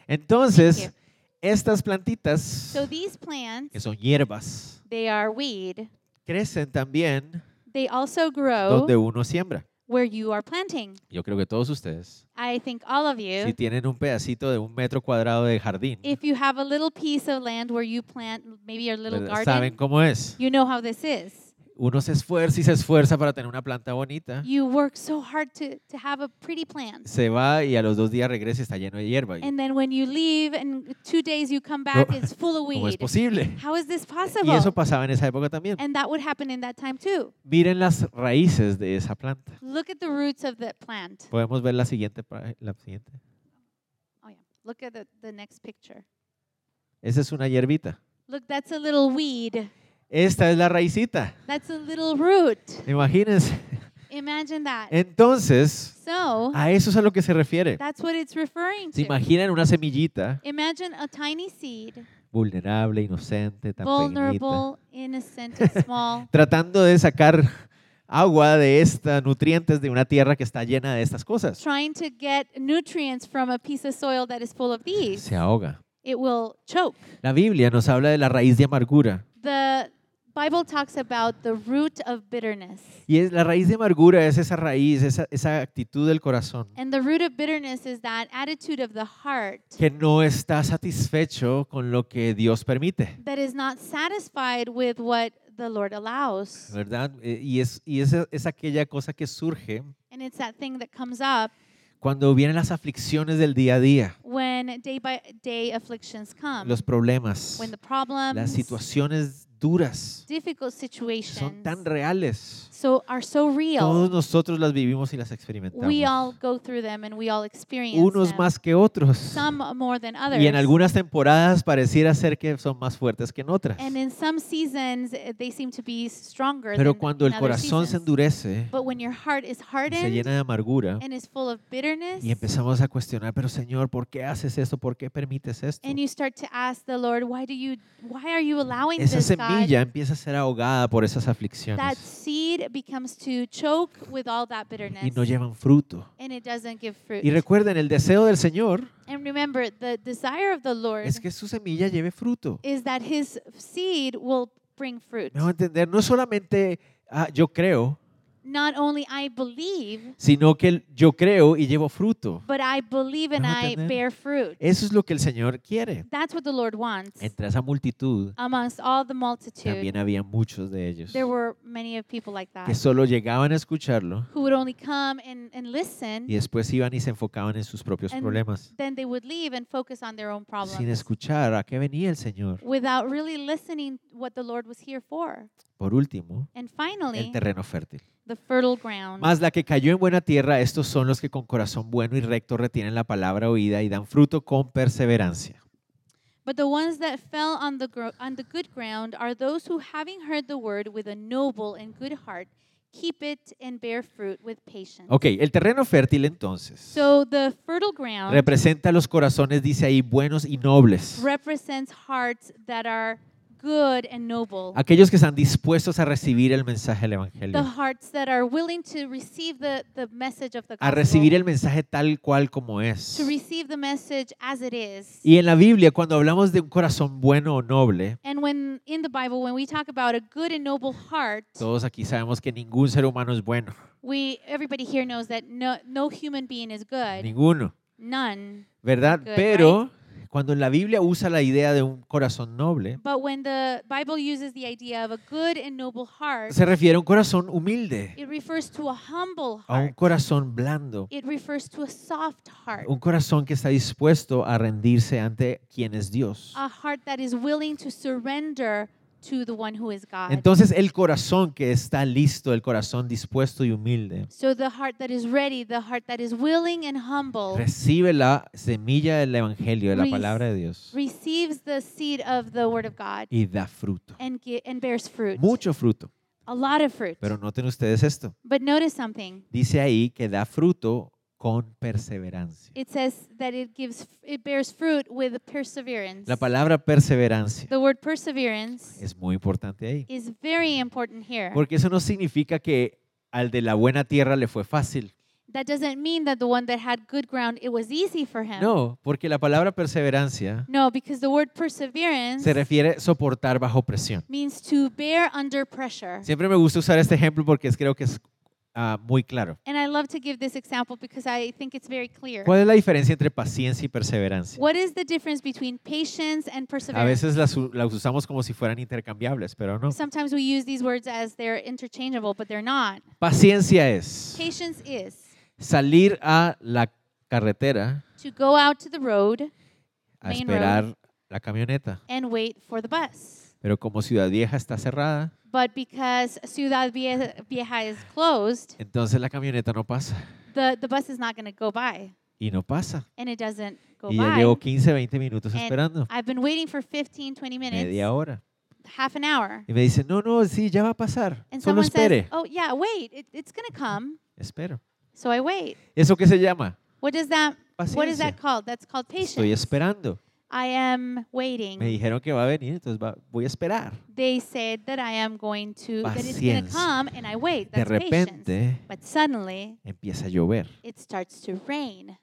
Speaker 1: Entonces,
Speaker 2: Thank
Speaker 1: estas plantitas,
Speaker 2: So these plants,
Speaker 1: que son hierbas,
Speaker 2: they are weed.
Speaker 1: crecen también
Speaker 2: They also grow
Speaker 1: donde uno siembra.
Speaker 2: where you are planting.
Speaker 1: Yo creo que todos ustedes,
Speaker 2: I think all of you.
Speaker 1: si tienen un pedacito de un metro cuadrado de jardín,
Speaker 2: if you have a little piece of land where you plant maybe your little
Speaker 1: ¿verdad?
Speaker 2: garden,
Speaker 1: saben cómo es.
Speaker 2: you know how this is.
Speaker 1: Uno se esfuerza y se esfuerza para tener una planta bonita.
Speaker 2: You work so hard to, to have a pretty plant.
Speaker 1: Se va y a los dos días regresa y está lleno de hierba. Y,
Speaker 2: And then when you leave and two days you come back, it's full of
Speaker 1: ¿Cómo es
Speaker 2: weed.
Speaker 1: posible?
Speaker 2: How is this
Speaker 1: Y
Speaker 2: possible?
Speaker 1: eso pasaba en esa época también.
Speaker 2: And that would happen in that time too.
Speaker 1: Miren las raíces de esa planta.
Speaker 2: Look at the roots of that plant.
Speaker 1: Podemos ver la siguiente. pa- La siguiente.
Speaker 2: Oh yeah. Look at the, the next picture.
Speaker 1: Esa es una hierbita.
Speaker 2: Look, that's a little weed.
Speaker 1: Esta es la raicita.
Speaker 2: That's a little root.
Speaker 1: Imagínense.
Speaker 2: Imagine
Speaker 1: Eh.
Speaker 2: that.
Speaker 1: Entonces,
Speaker 2: So
Speaker 1: a eso es a lo que se refiere.
Speaker 2: that's what it's referring
Speaker 1: Se
Speaker 2: to.
Speaker 1: imaginan una semillita
Speaker 2: Imagine a tiny seed.
Speaker 1: vulnerable, inocente, tan pequeñita,
Speaker 2: vulnerable, innocent, and small,
Speaker 1: tratando de sacar agua de esta, nutrientes de una tierra que está llena de estas cosas.
Speaker 2: trying to get nutrients from a piece of soil that is full of these,
Speaker 1: Se ahoga.
Speaker 2: it will choke.
Speaker 1: La Biblia nos habla de la raíz de amargura.
Speaker 2: The Bible talks about the root of bitterness.
Speaker 1: Y es, la raíz de amargura es esa raíz, esa, esa actitud del corazón
Speaker 2: And the root of bitterness is that attitude of the heart
Speaker 1: que no está satisfecho con lo que Dios permite.
Speaker 2: that is not satisfied with what the Lord allows.
Speaker 1: ¿verdad? Eh, Y es, y es, es aquella cosa que surge
Speaker 2: And it's that thing that comes up
Speaker 1: cuando vienen las aflicciones del día a día,
Speaker 2: when day by day afflictions come,
Speaker 1: los problemas,
Speaker 2: Um, when the problems,
Speaker 1: las situaciones duras
Speaker 2: difficult
Speaker 1: son
Speaker 2: situations,
Speaker 1: tan reales.
Speaker 2: so are so real.
Speaker 1: Todos nosotros las vivimos y las
Speaker 2: we all
Speaker 1: experimentamos,
Speaker 2: go through them and we all experience
Speaker 1: unos
Speaker 2: them.
Speaker 1: más que otros.
Speaker 2: some more than others.
Speaker 1: Y en algunas temporadas pareciera ser que son más fuertes que en otras.
Speaker 2: and in some seasons eh, they seem to be stronger
Speaker 1: Pero
Speaker 2: than
Speaker 1: cuando el
Speaker 2: in other
Speaker 1: corazón se
Speaker 2: seasons.
Speaker 1: endurece,
Speaker 2: But when your heart is
Speaker 1: y se
Speaker 2: hardened
Speaker 1: llena de amargura
Speaker 2: and is full of bitterness
Speaker 1: y empezamos a cuestionar, pero Señor, ¿por qué haces esto? ¿Por qué permites esto?
Speaker 2: and you start to ask the Lord, why do you why are you allowing
Speaker 1: esa
Speaker 2: this God?
Speaker 1: semilla empieza a ser ahogada por esas
Speaker 2: That
Speaker 1: aflicciones
Speaker 2: seed becomes to choke with all that
Speaker 1: y
Speaker 2: bitterness
Speaker 1: no llevan fruto.
Speaker 2: and it doesn't give fruit.
Speaker 1: Y recuerden, el deseo del Señor
Speaker 2: and remember the desire of the Lord
Speaker 1: es que su semilla lleve fruto.
Speaker 2: is that his seed will bring fruit.
Speaker 1: Me hago entender, no solamente ah, yo creo,
Speaker 2: Not only I believe
Speaker 1: sino que el- yo creo y llevo fruto.
Speaker 2: but I believe and
Speaker 1: Vas a
Speaker 2: I
Speaker 1: tener-
Speaker 2: bear fruit.
Speaker 1: Eso es lo que el Señor quiere.
Speaker 2: That's what the Lord wants.
Speaker 1: Entre esa multitud
Speaker 2: Amongst all the multitude,
Speaker 1: también había muchos de ellos
Speaker 2: there were Mm-hmm. many of people like
Speaker 1: que
Speaker 2: that
Speaker 1: solo llegaban a escucharlo
Speaker 2: who would only come and, and
Speaker 1: y
Speaker 2: listen,
Speaker 1: después iban y se enfocaban en sus propios
Speaker 2: And
Speaker 1: problemas,
Speaker 2: then they would leave and focus on their own
Speaker 1: sin
Speaker 2: problems
Speaker 1: escuchar a qué venía el Señor.
Speaker 2: without really listening what the Lord was here for.
Speaker 1: Por último, el
Speaker 2: And finally,
Speaker 1: terreno fértil.
Speaker 2: the fertile ground.
Speaker 1: Mas la que cayó en buena tierra, estos son los que con corazón bueno y recto retienen la palabra oída y dan fruto con perseverancia.
Speaker 2: But the ones that fell on the, gro- on the good ground are those who, having heard the word with a noble and good heart, keep it and bear fruit with patience.
Speaker 1: Ok, el terreno fértil entonces
Speaker 2: So uh, the fertile ground
Speaker 1: representa los corazones, dice ahí, buenos y nobles.
Speaker 2: represents hearts that are good and noble,
Speaker 1: Aquellos que están dispuestos a recibir el mensaje del
Speaker 2: the
Speaker 1: Evangelio.
Speaker 2: hearts that are willing to receive the, the message of the
Speaker 1: A recibir
Speaker 2: gospel,
Speaker 1: el mensaje tal cual como es.
Speaker 2: to receive the message as it is.
Speaker 1: Y en la Biblia, cuando hablamos de un corazón bueno o noble,
Speaker 2: And when in the Bible, when we talk about a good and noble heart,
Speaker 1: todos aquí sabemos que ningún ser humano es bueno.
Speaker 2: we everybody here knows that no, no human being is good,
Speaker 1: Ninguno.
Speaker 2: none.
Speaker 1: ¿Verdad?
Speaker 2: Good,
Speaker 1: Pero cuando la Biblia usa la idea de un corazón noble,
Speaker 2: But when the Bible uses the idea of a good and noble heart,
Speaker 1: se refiere a un corazón humilde,
Speaker 2: it refers to a humble
Speaker 1: a un
Speaker 2: heart.
Speaker 1: corazón blando,
Speaker 2: It refers to a soft heart,
Speaker 1: un corazón que está dispuesto a rendirse ante quien es Dios.
Speaker 2: a heart that is willing to surrender to the one who is God.
Speaker 1: Entonces el corazón que está listo, el corazón dispuesto y humilde,
Speaker 2: So the heart that is ready, the heart that is willing and humble,
Speaker 1: recibe la semilla del Evangelio, de la palabra de Dios,
Speaker 2: receives the seed of the word of God
Speaker 1: y da fruto.
Speaker 2: and gi- and bears fruit.
Speaker 1: Mucho fruto.
Speaker 2: A lot of fruit.
Speaker 1: Pero noten ustedes esto.
Speaker 2: But notice something.
Speaker 1: Dice ahí que da fruto con perseverancia.
Speaker 2: It says that it gives it bears fruit with perseverance.
Speaker 1: La palabra perseverancia
Speaker 2: The word perseverance
Speaker 1: es muy importante ahí.
Speaker 2: is very important here.
Speaker 1: Porque eso no significa que al de la buena tierra le fue fácil.
Speaker 2: That doesn't mean that the one that had good ground it was easy for him.
Speaker 1: No, porque la palabra perseverancia
Speaker 2: No, because the word perseverance
Speaker 1: se refiere a soportar bajo presión.
Speaker 2: means to bear under pressure.
Speaker 1: Siempre me gusta usar este ejemplo porque es- creo que es ah, muy claro.
Speaker 2: And I love to give this example because I think it's very clear.
Speaker 1: ¿Cuál es la diferencia entre paciencia y perseverancia?
Speaker 2: What is the difference between patience and
Speaker 1: A
Speaker 2: perseverance?
Speaker 1: veces las, u- las usamos como si fueran intercambiables, pero no.
Speaker 2: Sometimes we use these words as they're interchangeable, but they're not.
Speaker 1: Paciencia es
Speaker 2: Patience is
Speaker 1: salir a la carretera
Speaker 2: to go out to the road
Speaker 1: a
Speaker 2: Main
Speaker 1: esperar la camioneta.
Speaker 2: and wait for the bus.
Speaker 1: Pero como Ciudad Vieja está cerrada,
Speaker 2: But because Ciudad Vie- Vieja is closed,
Speaker 1: entonces la camioneta no pasa.
Speaker 2: the, the bus is not going to go by.
Speaker 1: Y no pasa.
Speaker 2: And it doesn't go
Speaker 1: Y ya
Speaker 2: by.
Speaker 1: llevo 15, 20 minutos
Speaker 2: And
Speaker 1: esperando.
Speaker 2: I've been waiting for 15, 20 minutes,
Speaker 1: Media hora.
Speaker 2: half an hour.
Speaker 1: Y me dice, no, no, sí, ya va a pasar.
Speaker 2: And
Speaker 1: Solo
Speaker 2: someone says,
Speaker 1: espere.
Speaker 2: Oh, yeah, wait, it, it's going to come.
Speaker 1: Espero.
Speaker 2: So I wait.
Speaker 1: ¿Eso qué se llama?
Speaker 2: What does that What is
Speaker 1: Paciencia.
Speaker 2: that called? That's called
Speaker 1: Estoy
Speaker 2: patience.
Speaker 1: esperando.
Speaker 2: I am waiting.
Speaker 1: Me dijeron que va a venir, entonces va- voy a esperar.
Speaker 2: They said that I am going to, that it's going
Speaker 1: Paciencia.
Speaker 2: to come, and I wait.
Speaker 1: De
Speaker 2: That's patience.
Speaker 1: repente
Speaker 2: But suddenly,
Speaker 1: empieza a llover
Speaker 2: it starts to rain.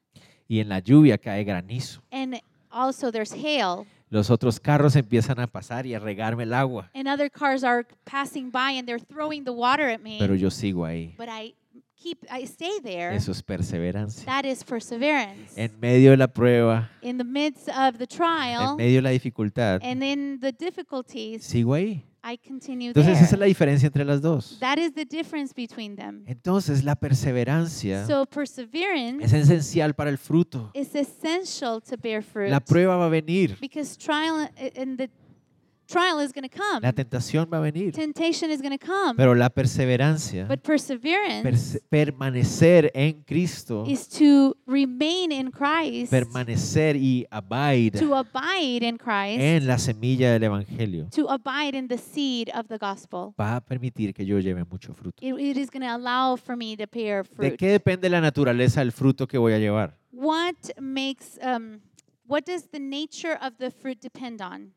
Speaker 1: y en la lluvia cae granizo.
Speaker 2: And also, there's hail,
Speaker 1: Los otros carros empiezan a pasar y a regarme el agua,
Speaker 2: and other cars are passing by and they're throwing the water at me.
Speaker 1: pero yo sigo ahí.
Speaker 2: but I keep, I stay there.
Speaker 1: Eso es perseverancia.
Speaker 2: That is perseverance.
Speaker 1: En medio de la prueba,
Speaker 2: in the midst of the
Speaker 1: en
Speaker 2: trial
Speaker 1: medio de la dificultad,
Speaker 2: and in the difficulties,
Speaker 1: sigo ahí.
Speaker 2: I continue
Speaker 1: Entonces esa es la
Speaker 2: there.
Speaker 1: diferencia entre las dos.
Speaker 2: That is the difference between them.
Speaker 1: Entonces la perseverancia
Speaker 2: So perseverance
Speaker 1: es esencial para el fruto.
Speaker 2: is essential to bear fruit
Speaker 1: La prueba va a venir,
Speaker 2: because trial a- and the trial is going to come.
Speaker 1: la tentación va a venir,
Speaker 2: Temptation is going to come.
Speaker 1: pero la perseverancia,
Speaker 2: but perseverance
Speaker 1: perse- permanecer en Cristo,
Speaker 2: is to remain in Christ,
Speaker 1: permanecer y abide
Speaker 2: to abide in Christ,
Speaker 1: en la semilla del Evangelio,
Speaker 2: to abide in the seed of the gospel.
Speaker 1: va a permitir que yo lleve mucho fruto.
Speaker 2: It, it is going to allow for me to bear
Speaker 1: ¿De
Speaker 2: fruit.
Speaker 1: qué depende la naturaleza del fruto que voy a llevar?
Speaker 2: What makes um, what does the nature of the fruit depend on?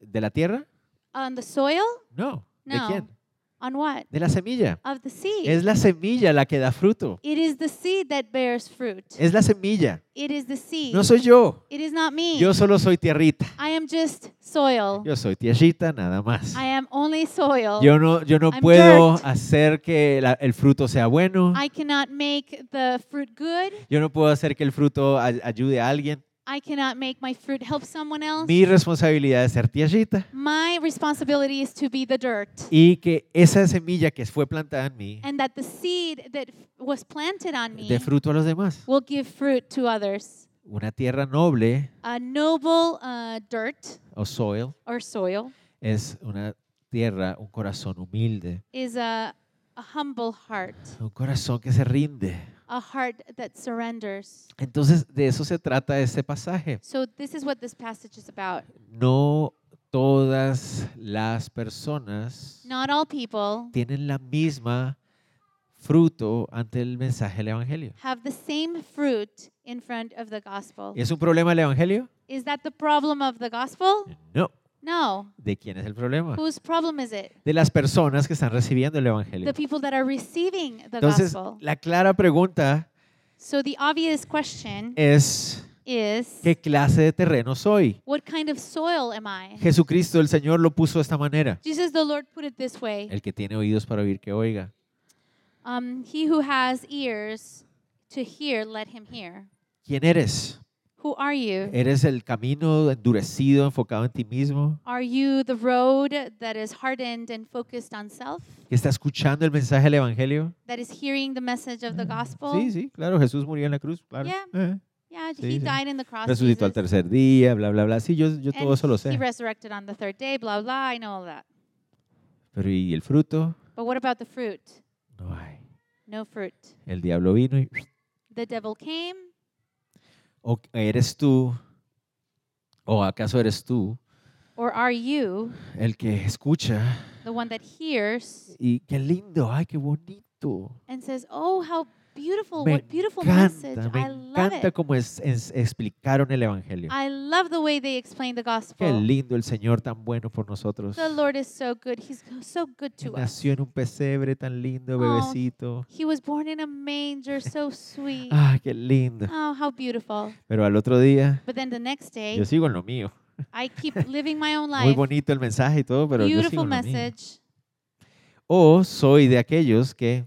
Speaker 1: ¿De la tierra?
Speaker 2: On the soil?
Speaker 1: No. ¿De
Speaker 2: No.
Speaker 1: quién?
Speaker 2: On what?
Speaker 1: De la semilla.
Speaker 2: Of the seed.
Speaker 1: Es la semilla la que da fruto.
Speaker 2: it is the seed that bears fruit.
Speaker 1: Es la semilla.
Speaker 2: It is the seed.
Speaker 1: No soy yo.
Speaker 2: it is not me.
Speaker 1: Yo solo soy tierrita.
Speaker 2: I am just soil.
Speaker 1: Yo soy tierrita nada más.
Speaker 2: I am only soil.
Speaker 1: Yo no, yo no
Speaker 2: I'm
Speaker 1: puedo
Speaker 2: dirt.
Speaker 1: hacer que la- el fruto sea bueno.
Speaker 2: I cannot make the fruit good.
Speaker 1: Yo no puedo hacer que el fruto ay- ayude a alguien.
Speaker 2: I cannot make my fruit help someone else.
Speaker 1: Mi responsabilidad es ser tierrita.
Speaker 2: My responsibility is to be the dirt.
Speaker 1: Y que esa semilla que fue plantada en mí
Speaker 2: and that the seed that f- was planted on me
Speaker 1: dé fruto a los demás.
Speaker 2: will give fruit to others.
Speaker 1: Una tierra noble
Speaker 2: A noble uh, dirt
Speaker 1: o soil
Speaker 2: or soil
Speaker 1: es una tierra, un corazón humilde,
Speaker 2: is a, a humble heart,
Speaker 1: un corazón que se rinde,
Speaker 2: a heart that surrenders.
Speaker 1: Entonces, de eso se trata este pasaje.
Speaker 2: So, this is what this passage is about.
Speaker 1: No todas las personas
Speaker 2: Not all people
Speaker 1: tienen la misma fruto ante el mensaje del Evangelio.
Speaker 2: have the same fruit in front of the gospel.
Speaker 1: ¿Es un problema el Evangelio?
Speaker 2: Is that the problem of the gospel?
Speaker 1: No.
Speaker 2: No.
Speaker 1: ¿De quién es el problema?
Speaker 2: Whose problem is it?
Speaker 1: De las personas que están recibiendo el Evangelio.
Speaker 2: The people that are receiving the
Speaker 1: Entonces,
Speaker 2: gospel.
Speaker 1: la clara pregunta
Speaker 2: So, the obvious question
Speaker 1: es,
Speaker 2: is
Speaker 1: ¿qué clase de terreno soy?
Speaker 2: what kind of soil am I?
Speaker 1: Jesucristo, el Señor, lo puso de esta manera.
Speaker 2: Jesus, the Lord, put it this way
Speaker 1: El que tiene oídos para oír, que oiga.
Speaker 2: um, He who has ears to hear, let him hear.
Speaker 1: ¿Quién eres?
Speaker 2: Who are you?
Speaker 1: ¿Eres el camino endurecido, enfocado en ti mismo?
Speaker 2: Are you the road that is hardened and focused on self,
Speaker 1: ¿Que está escuchando el mensaje del Evangelio?
Speaker 2: that is hearing the message of the gospel?
Speaker 1: Mm. Sí, sí, claro, Jesús murió en la cruz, claro.
Speaker 2: Yeah.
Speaker 1: Eh,
Speaker 2: Yeah,
Speaker 1: Sí,
Speaker 2: he
Speaker 1: sí.
Speaker 2: died in the cross.
Speaker 1: Resucitó al
Speaker 2: Jesus,
Speaker 1: tercer día, bla, bla, bla. Sí, yo, yo todo
Speaker 2: and
Speaker 1: eso lo
Speaker 2: He
Speaker 1: sé.
Speaker 2: resurrected on the third day, blah, blah. I know all that.
Speaker 1: Pero ¿y el fruto?
Speaker 2: But what about the fruit?
Speaker 1: No hay.
Speaker 2: No fruit.
Speaker 1: El diablo vino y...
Speaker 2: The devil came.
Speaker 1: ¿O eres tú? ¿O acaso eres tú
Speaker 2: Or are you
Speaker 1: el que escucha?
Speaker 2: the one that hears
Speaker 1: Y qué lindo, ay, qué bonito.
Speaker 2: and says, Oh, how beautiful,
Speaker 1: Me
Speaker 2: Oh, what beautiful message.
Speaker 1: encanta, me
Speaker 2: I love
Speaker 1: encanta
Speaker 2: it.
Speaker 1: cómo es- es- explicaron el Evangelio.
Speaker 2: I love the way they explain the
Speaker 1: Qué
Speaker 2: gospel.
Speaker 1: lindo el Señor tan bueno por nosotros.
Speaker 2: The Lord is so good. He's so good
Speaker 1: Que
Speaker 2: to us.
Speaker 1: Nació en un pesebre tan lindo,
Speaker 2: Oh,
Speaker 1: bebecito.
Speaker 2: He was born in a manger, so sweet.
Speaker 1: Ay, qué lindo.
Speaker 2: Oh, how beautiful.
Speaker 1: Pero al otro día,
Speaker 2: But then the next day,
Speaker 1: yo sigo en lo mío.
Speaker 2: I keep living my own
Speaker 1: Muy
Speaker 2: life.
Speaker 1: bonito el mensaje y todo, pero yo sigo
Speaker 2: Beautiful
Speaker 1: en lo mío.
Speaker 2: message.
Speaker 1: O soy de aquellos que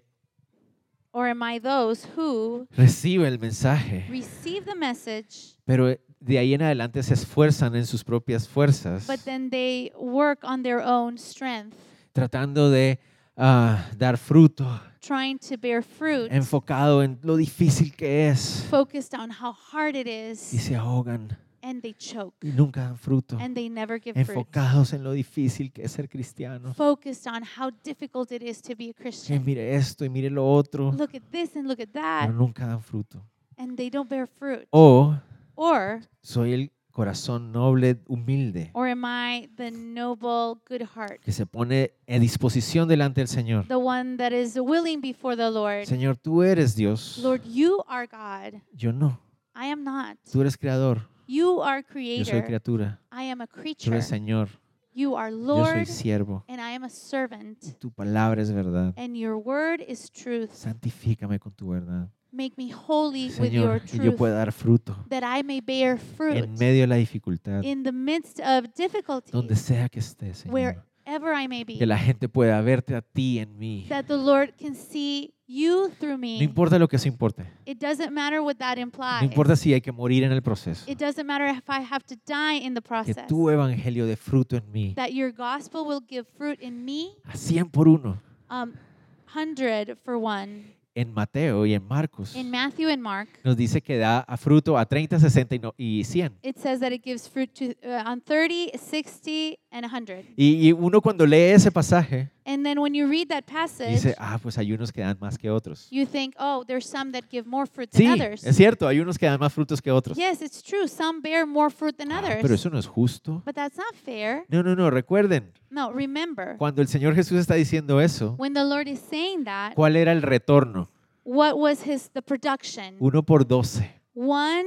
Speaker 2: Or am I those who
Speaker 1: recibe el mensaje,
Speaker 2: receive the message,
Speaker 1: pero eh, de ahí en adelante se esfuerzan en sus propias fuerzas,
Speaker 2: but then they work on their own strength,
Speaker 1: tratando de ah, dar fruto,
Speaker 2: trying to bear fruit,
Speaker 1: enfocado en lo difícil que es,
Speaker 2: focused on how hard it
Speaker 1: y
Speaker 2: is,
Speaker 1: se ahogan
Speaker 2: and they choke,
Speaker 1: y nunca dan fruto.
Speaker 2: and they never give fruit.
Speaker 1: enfocados en lo difícil que es ser cristiano.
Speaker 2: Focused on how difficult it is to be a
Speaker 1: Que
Speaker 2: Christian.
Speaker 1: mire esto y mire lo otro,
Speaker 2: Look at this and look at
Speaker 1: pero
Speaker 2: that,
Speaker 1: nunca dan fruto.
Speaker 2: and they don't bear fruit.
Speaker 1: O
Speaker 2: Or,
Speaker 1: soy el corazón noble, humilde,
Speaker 2: or am I the noble, good heart,
Speaker 1: que se pone a disposición delante del Señor.
Speaker 2: the one that is willing before the Lord?
Speaker 1: Señor, tú eres Dios,
Speaker 2: Lord, you are God.
Speaker 1: yo no.
Speaker 2: I am not.
Speaker 1: Tú eres creador,
Speaker 2: You are
Speaker 1: yo soy
Speaker 2: creator.
Speaker 1: criatura.
Speaker 2: I am a
Speaker 1: Tú
Speaker 2: creature.
Speaker 1: eres Señor,
Speaker 2: You are
Speaker 1: yo soy
Speaker 2: Lord,
Speaker 1: siervo.
Speaker 2: and I am a servant.
Speaker 1: Tu palabra es verdad.
Speaker 2: And your word is truth.
Speaker 1: Santifícame con tu verdad.
Speaker 2: Make me holy with your
Speaker 1: Señor, que yo
Speaker 2: truth,
Speaker 1: pueda dar fruto
Speaker 2: that I may bear fruit
Speaker 1: en medio de la dificultad,
Speaker 2: in the midst of
Speaker 1: donde
Speaker 2: difficulties,
Speaker 1: sea que estés, Señor.
Speaker 2: wherever I may
Speaker 1: que
Speaker 2: be,
Speaker 1: la gente pueda verte a ti en mí.
Speaker 2: that the Lord can see you through
Speaker 1: No
Speaker 2: me.
Speaker 1: importa lo que se importe.
Speaker 2: It doesn't matter what that
Speaker 1: No
Speaker 2: implies.
Speaker 1: importa si hay que morir en el proceso.
Speaker 2: It doesn't matter if I have to die in the
Speaker 1: Que
Speaker 2: process.
Speaker 1: tu evangelio dé fruto en mí.
Speaker 2: That your gospel will give fruit in me,
Speaker 1: A 100 por uno.
Speaker 2: um, hundred for one.
Speaker 1: En Mateo y en Marcos.
Speaker 2: In Matthew and Mark,
Speaker 1: Nos dice que da a fruto a 30, 60 y no- y 100.
Speaker 2: it says that it gives fruit to uh, on 30 60 and 100
Speaker 1: Y, y uno cuando lee ese pasaje
Speaker 2: and then when you read that passage
Speaker 1: dice, ah, pues hay unos que dan más que otros.
Speaker 2: you think oh there's some that give more fruit than
Speaker 1: Sí,
Speaker 2: others
Speaker 1: es cierto, hay unos que dan más frutos que otros.
Speaker 2: yes it's true some bear more fruit than
Speaker 1: Ah,
Speaker 2: others
Speaker 1: pero eso no es justo.
Speaker 2: but that's not fair
Speaker 1: No, no, no, recuerden,
Speaker 2: no remember
Speaker 1: cuando el Señor Jesús está diciendo eso,
Speaker 2: when the lord is saying that
Speaker 1: ¿cuál era el retorno?
Speaker 2: what was his the production
Speaker 1: Uno por 12.
Speaker 2: one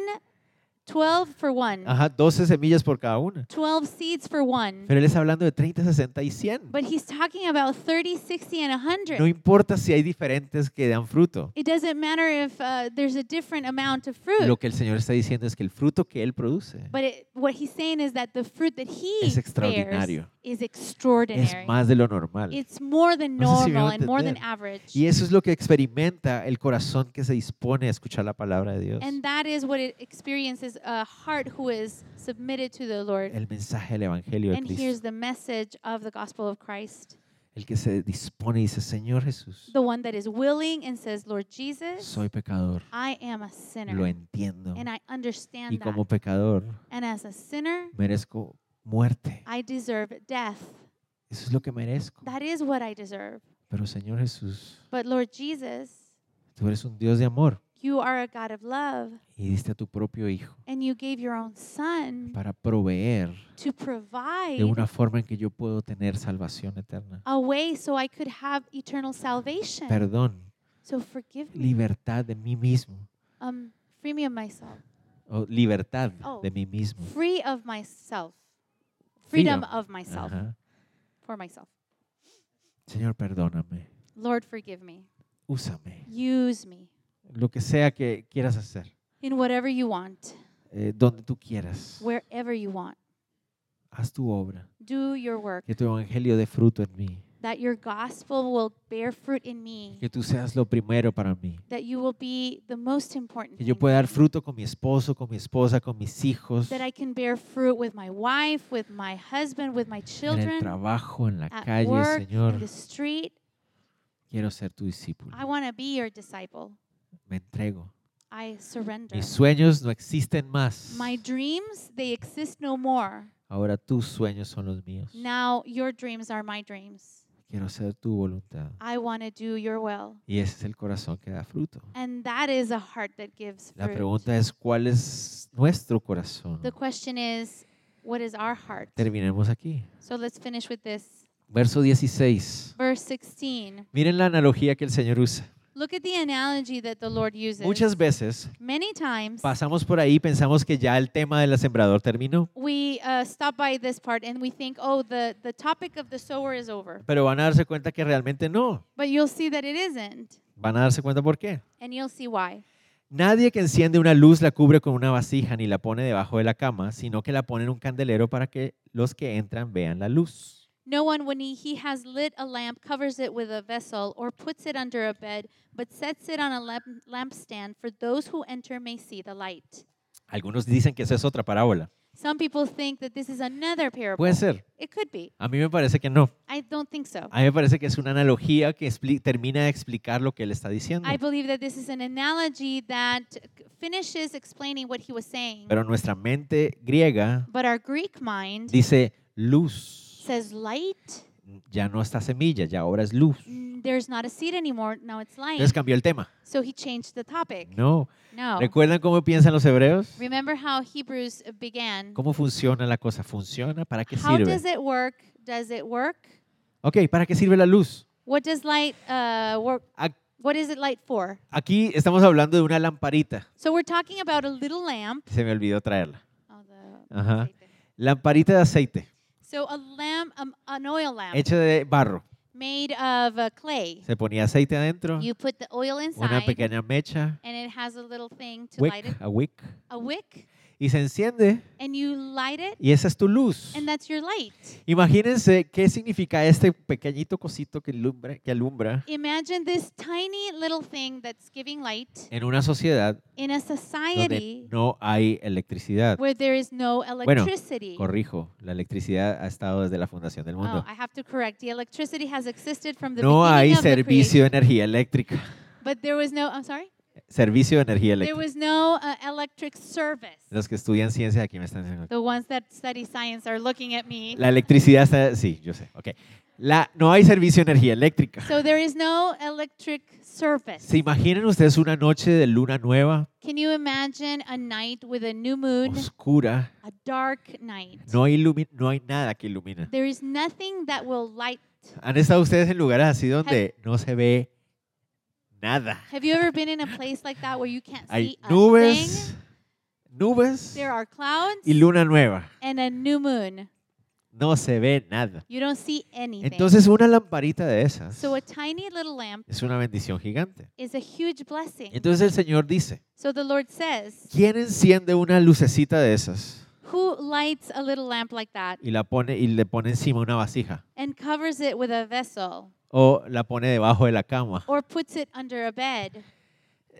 Speaker 2: 12 for one
Speaker 1: Ajá, 12 semillas por cada una.
Speaker 2: 12 seeds for one
Speaker 1: Pero él está hablando de 30, 60 y 100.
Speaker 2: but he's talking about 30 60 and 100
Speaker 1: No importa si hay diferentes que dan fruto.
Speaker 2: it doesn't matter if uh, there's a different amount of fruit
Speaker 1: Lo que el Señor está diciendo es que el fruto que él produce
Speaker 2: But it, what he's saying is that the fruit that he
Speaker 1: Es
Speaker 2: bears
Speaker 1: extraordinario.
Speaker 2: is extraordinary.
Speaker 1: es más de lo normal.
Speaker 2: It's more than
Speaker 1: No sé si me
Speaker 2: normal
Speaker 1: hago
Speaker 2: and more than
Speaker 1: entender.
Speaker 2: average.
Speaker 1: Y eso es lo que experimenta el corazón que se dispone a escuchar la palabra de Dios.
Speaker 2: And that is what it experiences a heart who is submitted to the Lord
Speaker 1: El mensaje del Evangelio de
Speaker 2: and
Speaker 1: Cristo.
Speaker 2: hears the message of the gospel of Christ.
Speaker 1: El que se dispone y dice, Señor Jesús,
Speaker 2: The one that is willing and says, Lord Jesus,
Speaker 1: soy pecador,
Speaker 2: I am a
Speaker 1: lo
Speaker 2: sinner
Speaker 1: entiendo.
Speaker 2: and I understand
Speaker 1: Y como
Speaker 2: that.
Speaker 1: pecador
Speaker 2: And as a sinner,
Speaker 1: merezco muerte.
Speaker 2: I deserve death.
Speaker 1: Eso es lo que merezco.
Speaker 2: That is what I deserve.
Speaker 1: Pero Señor Jesús,
Speaker 2: But Lord Jesus,
Speaker 1: tú eres un Dios de amor.
Speaker 2: You are a God of love,
Speaker 1: y diste a tu propio Hijo
Speaker 2: and you gave your own Son
Speaker 1: para proveer
Speaker 2: to provide
Speaker 1: de una forma en que yo puedo tener salvación eterna,
Speaker 2: a way so I could have eternal salvation.
Speaker 1: perdón,
Speaker 2: So forgive me.
Speaker 1: libertad de mí mismo,
Speaker 2: Um, free me of myself.
Speaker 1: o libertad
Speaker 2: Oh.
Speaker 1: de mí mismo.
Speaker 2: Free of myself. Freedom
Speaker 1: Freedom. Uh-huh.
Speaker 2: of myself.
Speaker 1: Ajá.
Speaker 2: For myself.
Speaker 1: Señor, perdóname,
Speaker 2: Lord, forgive me.
Speaker 1: úsame,
Speaker 2: Use me
Speaker 1: lo que sea que quieras hacer,
Speaker 2: in whatever you want,
Speaker 1: eh, donde tú quieras,
Speaker 2: wherever you want.
Speaker 1: haz tu obra,
Speaker 2: Do your work.
Speaker 1: que tu evangelio dé fruto en mí,
Speaker 2: That your gospel will bear fruit in me.
Speaker 1: que tú seas lo primero para mí.
Speaker 2: That you will be the most important.
Speaker 1: Que yo
Speaker 2: thing
Speaker 1: pueda dar
Speaker 2: for me.
Speaker 1: fruto con mi esposo, con mi esposa, con mis hijos,
Speaker 2: That
Speaker 1: en
Speaker 2: I can bear fruit with my wife, with my husband, with my
Speaker 1: el
Speaker 2: children,
Speaker 1: trabajo, en la
Speaker 2: at
Speaker 1: calle,
Speaker 2: work, in
Speaker 1: Señor.
Speaker 2: the street.
Speaker 1: Quiero ser tu discípulo.
Speaker 2: I want to be your disciple.
Speaker 1: Me entrego.
Speaker 2: I surrender.
Speaker 1: Mis sueños no existen más.
Speaker 2: My dreams, they exist no more.
Speaker 1: Ahora tus sueños son los míos.
Speaker 2: Now your dreams are my dreams.
Speaker 1: Quiero hacer tu voluntad.
Speaker 2: I want to do your will.
Speaker 1: Y ese es el corazón que da fruto.
Speaker 2: And that is a heart that gives
Speaker 1: La
Speaker 2: fruit.
Speaker 1: pregunta es, ¿cuál es nuestro corazón?
Speaker 2: The question is, what is our heart?
Speaker 1: Terminemos aquí.
Speaker 2: So let's finish with this.
Speaker 1: Verso 16.
Speaker 2: Verse 16.
Speaker 1: Miren la analogía que el Señor usa.
Speaker 2: Look at the analogy that the Lord uses.
Speaker 1: Muchas veces
Speaker 2: Many times,
Speaker 1: pasamos por ahí y pensamos que ya el tema del sembrador terminó.
Speaker 2: we uh, stop by this part and we think, oh, the, the topic of the sower is over.
Speaker 1: Pero van a darse cuenta que realmente no.
Speaker 2: But you'll see that it isn't.
Speaker 1: Van a darse cuenta por qué.
Speaker 2: And you'll see why.
Speaker 1: Nadie que enciende una luz la cubre con una vasija ni la pone debajo de la cama, sino que la pone en un candelero para que los que entran vean la luz.
Speaker 2: No one, when he, he has lit a lamp, covers it with a vessel or puts it under a bed, but sets it on a lamp, lampstand for those who enter may see the light.
Speaker 1: Algunos dicen que esa es otra parábola.
Speaker 2: Some people think that this is another parable.
Speaker 1: Puede ser.
Speaker 2: It could be.
Speaker 1: A mí me parece que no.
Speaker 2: I don't think so.
Speaker 1: A mí me parece que es una analogía que expli- termina de explicar lo que él está diciendo.
Speaker 2: I believe that this is an analogy that finishes explaining what he was saying.
Speaker 1: Pero nuestra mente griega
Speaker 2: but our Greek mind
Speaker 1: dice luz.
Speaker 2: says light.
Speaker 1: Ya no está semilla, ya ahora es luz.
Speaker 2: Mm, There's not a seed anymore. Now it's light.
Speaker 1: Entonces cambió el tema.
Speaker 2: so he changed the topic.
Speaker 1: No.
Speaker 2: No.
Speaker 1: ¿Recuerdan cómo piensan los hebreos?
Speaker 2: Remember how Hebrews began.
Speaker 1: ¿Cómo funciona la cosa? ¿Funciona? ¿Para qué
Speaker 2: How does
Speaker 1: sirve?
Speaker 2: it work? Does it work?
Speaker 1: Ok, ¿para qué sirve la luz?
Speaker 2: What does light uh, work?
Speaker 1: Ac-
Speaker 2: What is it light for?
Speaker 1: Aquí estamos hablando de una lamparita.
Speaker 2: So we're talking about a little lamp.
Speaker 1: Se me olvidó traerla.
Speaker 2: Oh, the
Speaker 1: Ajá.
Speaker 2: aceite.
Speaker 1: Lamparita de aceite,
Speaker 2: So a lamp, um, an oil lamp
Speaker 1: hecha de barro.
Speaker 2: made of uh, clay.
Speaker 1: Se ponía aceite adentro,
Speaker 2: You put the oil
Speaker 1: una
Speaker 2: inside,
Speaker 1: pequeña mecha,
Speaker 2: and it has a little thing to light it,
Speaker 1: wick, a wick,
Speaker 2: a wick,
Speaker 1: y se enciende
Speaker 2: and you light it,
Speaker 1: y esa es tu luz.
Speaker 2: and that's your light.
Speaker 1: Imagínense qué significa este pequeñito cosito que alumbra, que alumbra
Speaker 2: Imagine this tiny little thing that's giving light
Speaker 1: en una sociedad
Speaker 2: in a
Speaker 1: donde
Speaker 2: society
Speaker 1: Eh, no hay electricidad.
Speaker 2: where there is no electricity.
Speaker 1: Corrijo, la electricidad ha estado desde la fundación del
Speaker 2: Oh,
Speaker 1: mundo.
Speaker 2: I have to correct. The electricity has existed from the
Speaker 1: No hay
Speaker 2: beginning of the
Speaker 1: servicio
Speaker 2: creation,
Speaker 1: de energía eléctrica.
Speaker 2: but there was no. I'm sorry.
Speaker 1: Servicio de energía
Speaker 2: There
Speaker 1: eléctrica.
Speaker 2: was no uh, electric service.
Speaker 1: Los que estudian ciencias aquí me están diciendo.
Speaker 2: The ones that study science are looking at me.
Speaker 1: La electricidad está. Sí, yo sé. Ok. La, no hay servicio de energía eléctrica.
Speaker 2: So there is no electric service.
Speaker 1: ¿Se imaginan ustedes una noche de luna nueva,
Speaker 2: Can you imagine a night with a new moon,
Speaker 1: oscura?
Speaker 2: a dark night?
Speaker 1: No hay, ilumi- no hay nada que ilumina.
Speaker 2: There is nothing that will light.
Speaker 1: ¿Han estado ustedes en lugares así donde no se ve nada?
Speaker 2: Have you ever been in a place like that where you can't
Speaker 1: Hay
Speaker 2: see a
Speaker 1: nubes,
Speaker 2: thing?
Speaker 1: nubes
Speaker 2: There are clouds
Speaker 1: y luna nueva.
Speaker 2: and a new moon.
Speaker 1: No se ve nada.
Speaker 2: You don't see anything.
Speaker 1: Entonces una lamparita de esas
Speaker 2: so a tiny little lamp
Speaker 1: es una bendición gigante.
Speaker 2: is a huge blessing.
Speaker 1: Entonces el Señor dice,
Speaker 2: so the Lord says,
Speaker 1: ¿quién enciende una lucecita de esas
Speaker 2: "Who lights a little lamp like that
Speaker 1: y la pone y le pone encima una vasija
Speaker 2: and covers it with a vessel
Speaker 1: o la pone debajo de la cama?
Speaker 2: or puts it under a bed?"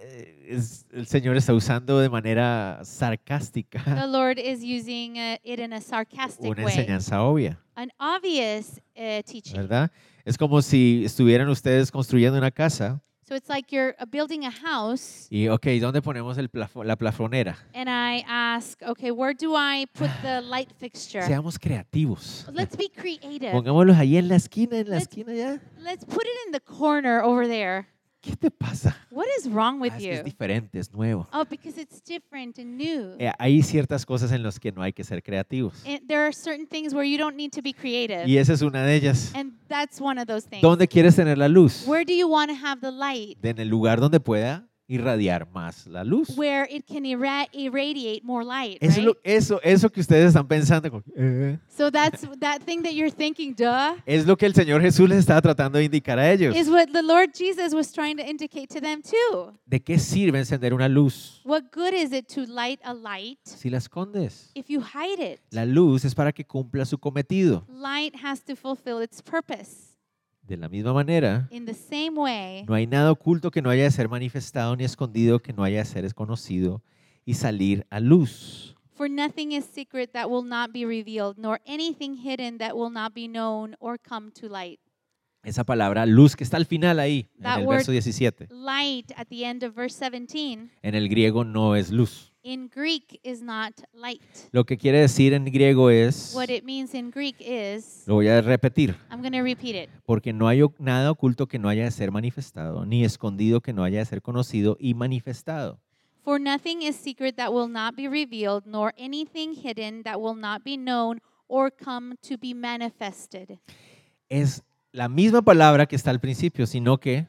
Speaker 1: Eh, es- el Señor está usando de manera sarcástica
Speaker 2: The Lord is using uh, it in a sarcastic
Speaker 1: Ah. una
Speaker 2: way.
Speaker 1: enseñanza obvia,
Speaker 2: an obvious uh, teaching.
Speaker 1: ¿verdad? Es como si estuvieran ustedes construyendo una casa
Speaker 2: So it's like you're uh, building a house,
Speaker 1: y, ok, ¿dónde ponemos el plafo- la plafonera?
Speaker 2: and I ask, okay, where do I put the light fixture?
Speaker 1: Seamos creativos.
Speaker 2: Pues, Let's be creative.
Speaker 1: Pongámoslos ahí en la esquina, en la
Speaker 2: Let's-
Speaker 1: esquina ya.
Speaker 2: Let's put it in the corner over there.
Speaker 1: ¿Qué te pasa?
Speaker 2: What is wrong with
Speaker 1: Ah, es que
Speaker 2: you?
Speaker 1: es diferente, es nuevo.
Speaker 2: Oh, because it's different and new.
Speaker 1: Eh, hay ciertas cosas en las que no hay que ser creativos.
Speaker 2: And there are certain things where you don't need to be creative.
Speaker 1: Y esa es una de ellas.
Speaker 2: And that's one of those things.
Speaker 1: ¿Dónde quieres tener la luz?
Speaker 2: Where do you want to have the light?
Speaker 1: En el lugar donde pueda irradiar más la luz.
Speaker 2: Where it can ira- irradiate more light,
Speaker 1: Eso, es
Speaker 2: right?
Speaker 1: lo- eso, eso que ustedes están pensando, como, "Eh",
Speaker 2: so that's that thing that you're thinking, duh,
Speaker 1: es lo que el Señor Jesús les estaba tratando de indicar a ellos.
Speaker 2: is what the Lord Jesus was trying to indicate to them too.
Speaker 1: ¿De qué sirve encender una luz
Speaker 2: What good is it to light a light
Speaker 1: si la escondes?
Speaker 2: if you hide it?
Speaker 1: La luz es para que cumpla su cometido.
Speaker 2: Light has to fulfill its purpose.
Speaker 1: De la misma manera,
Speaker 2: In the same way,
Speaker 1: no hay nada oculto que no haya de ser manifestado ni escondido que no haya de ser desconocido y salir a luz.
Speaker 2: For nothing is secret that will not be revealed, nor anything hidden that will not be known or come to light.
Speaker 1: Esa palabra luz que está al final ahí, en
Speaker 2: That
Speaker 1: el
Speaker 2: word-
Speaker 1: verso 17.
Speaker 2: Light at the end of verse 17
Speaker 1: En el griego no es luz.
Speaker 2: in Greek is not light.
Speaker 1: Lo que quiere decir en griego es,
Speaker 2: What it means in Greek is,
Speaker 1: lo voy a repetir,
Speaker 2: I'm going to repeat it.
Speaker 1: porque no hay o- nada oculto que no haya de ser manifestado, ni escondido que no haya de ser conocido y manifestado.
Speaker 2: For nothing is secret that will not be revealed, nor anything hidden that will not be known or come to be manifested.
Speaker 1: Es la misma palabra que está al principio, sino que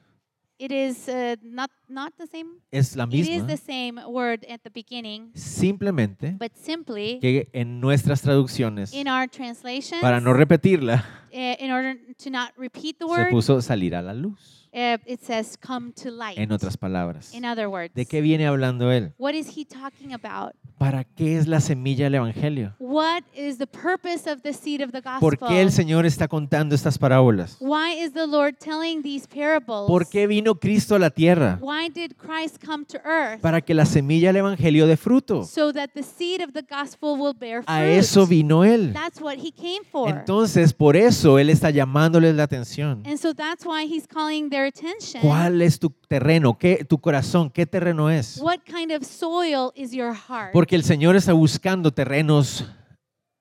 Speaker 2: It is uh, not, not the same.
Speaker 1: es la
Speaker 2: It is
Speaker 1: misma,
Speaker 2: the same word at the beginning,
Speaker 1: simplemente
Speaker 2: but simply
Speaker 1: que en nuestras traducciones,
Speaker 2: in our translation,
Speaker 1: para no repetirla,
Speaker 2: uh, in order to not repeat the
Speaker 1: se
Speaker 2: word,
Speaker 1: puso salir a la luz.
Speaker 2: uh, it says come to light.
Speaker 1: En otras palabras,
Speaker 2: in other words,
Speaker 1: ¿de qué viene hablando él?
Speaker 2: what is he talking about?
Speaker 1: ¿Para qué es la semilla del Evangelio?
Speaker 2: What is the purpose of the seed of the gospel?
Speaker 1: ¿Por qué el Señor está contando estas parábolas?
Speaker 2: Why is the Lord telling these parables?
Speaker 1: ¿Por qué vino Cristo a la tierra?
Speaker 2: Why did Christ come to earth?
Speaker 1: Para que la semilla del Evangelio dé fruto.
Speaker 2: so that the seed of the gospel will bear fruit.
Speaker 1: A eso vino Él.
Speaker 2: That's what he came for.
Speaker 1: Entonces, por eso Él está llamándoles la atención.
Speaker 2: and so that's why he's calling their attention.
Speaker 1: ¿Cuál es tu terreno? ¿Qué, tu corazón? ¿Qué terreno es?
Speaker 2: What kind of soil is your heart?
Speaker 1: Porque el Señor está buscando terrenos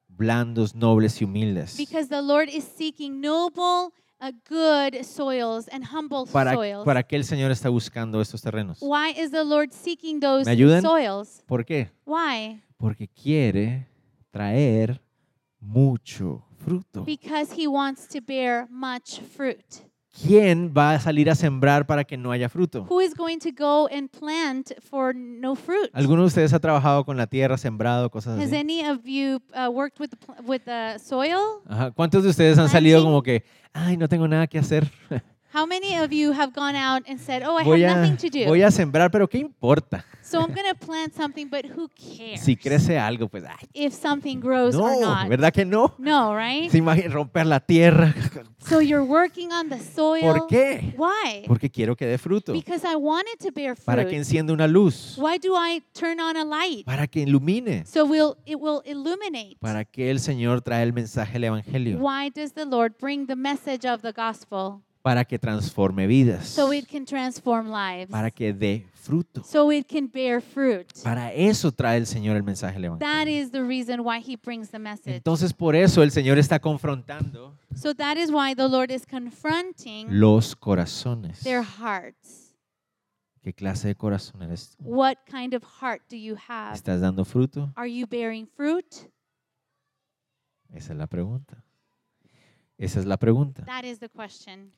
Speaker 1: blandos, nobles y humildes.
Speaker 2: because the Lord is seeking noble, uh, good soils and humble
Speaker 1: ¿Para,
Speaker 2: soils.
Speaker 1: ¿Para qué el Señor está buscando estos terrenos?
Speaker 2: Why is the Lord seeking those
Speaker 1: ¿Me ayudan?
Speaker 2: soils?
Speaker 1: ¿Por qué?
Speaker 2: Why?
Speaker 1: Porque quiere traer mucho fruto.
Speaker 2: Because he wants to bear much fruit.
Speaker 1: ¿Quién va a salir a sembrar para que no haya fruto?
Speaker 2: Who is going to go and plant for no fruit?
Speaker 1: ¿Alguno de ustedes ha trabajado con la tierra, sembrado, cosas
Speaker 2: Has
Speaker 1: así?
Speaker 2: any of you uh, worked with the pl- with the soil?
Speaker 1: Ajá. ¿Cuántos de ustedes han salido
Speaker 2: Planting.
Speaker 1: como que, ay, no tengo nada que hacer?
Speaker 2: How many of you have gone out and said, "Oh, I
Speaker 1: Voy
Speaker 2: have
Speaker 1: a,
Speaker 2: nothing to do,
Speaker 1: voy a sembrar, pero ¿qué importa?
Speaker 2: so I'm going to plant something"? But who cares
Speaker 1: Si crece algo, pues, ay,
Speaker 2: if something grows or
Speaker 1: no,
Speaker 2: not?
Speaker 1: ¿verdad que no?
Speaker 2: No, right?
Speaker 1: Se imagina romper la tierra.
Speaker 2: So you're working on the soil.
Speaker 1: ¿Por qué?
Speaker 2: Why?
Speaker 1: Porque quiero que dé fruto.
Speaker 2: Because I want it to bear fruit.
Speaker 1: Para que encienda una luz.
Speaker 2: Why do I turn on a light?
Speaker 1: Para que ilumine.
Speaker 2: So will it will illuminate.
Speaker 1: Para que el Señor trae el mensaje del Evangelio.
Speaker 2: Why does the Lord bring the message of the gospel?
Speaker 1: Para que transforme vidas.
Speaker 2: So it can transform lives.
Speaker 1: Para que dé fruto.
Speaker 2: So it can bear fruit.
Speaker 1: Para eso trae el Señor el mensaje del
Speaker 2: That
Speaker 1: Evangelio.
Speaker 2: is the reason why he brings the message.
Speaker 1: Entonces por eso el Señor está confrontando
Speaker 2: So that is why the Lord is confronting
Speaker 1: los corazones.
Speaker 2: Mm. their hearts.
Speaker 1: ¿Qué clase de corazón eres? tú?
Speaker 2: What kind of heart do you have?
Speaker 1: ¿Estás dando fruto?
Speaker 2: Are you bearing fruit?
Speaker 1: Esa es la pregunta. Esa es la pregunta.
Speaker 2: That is the question.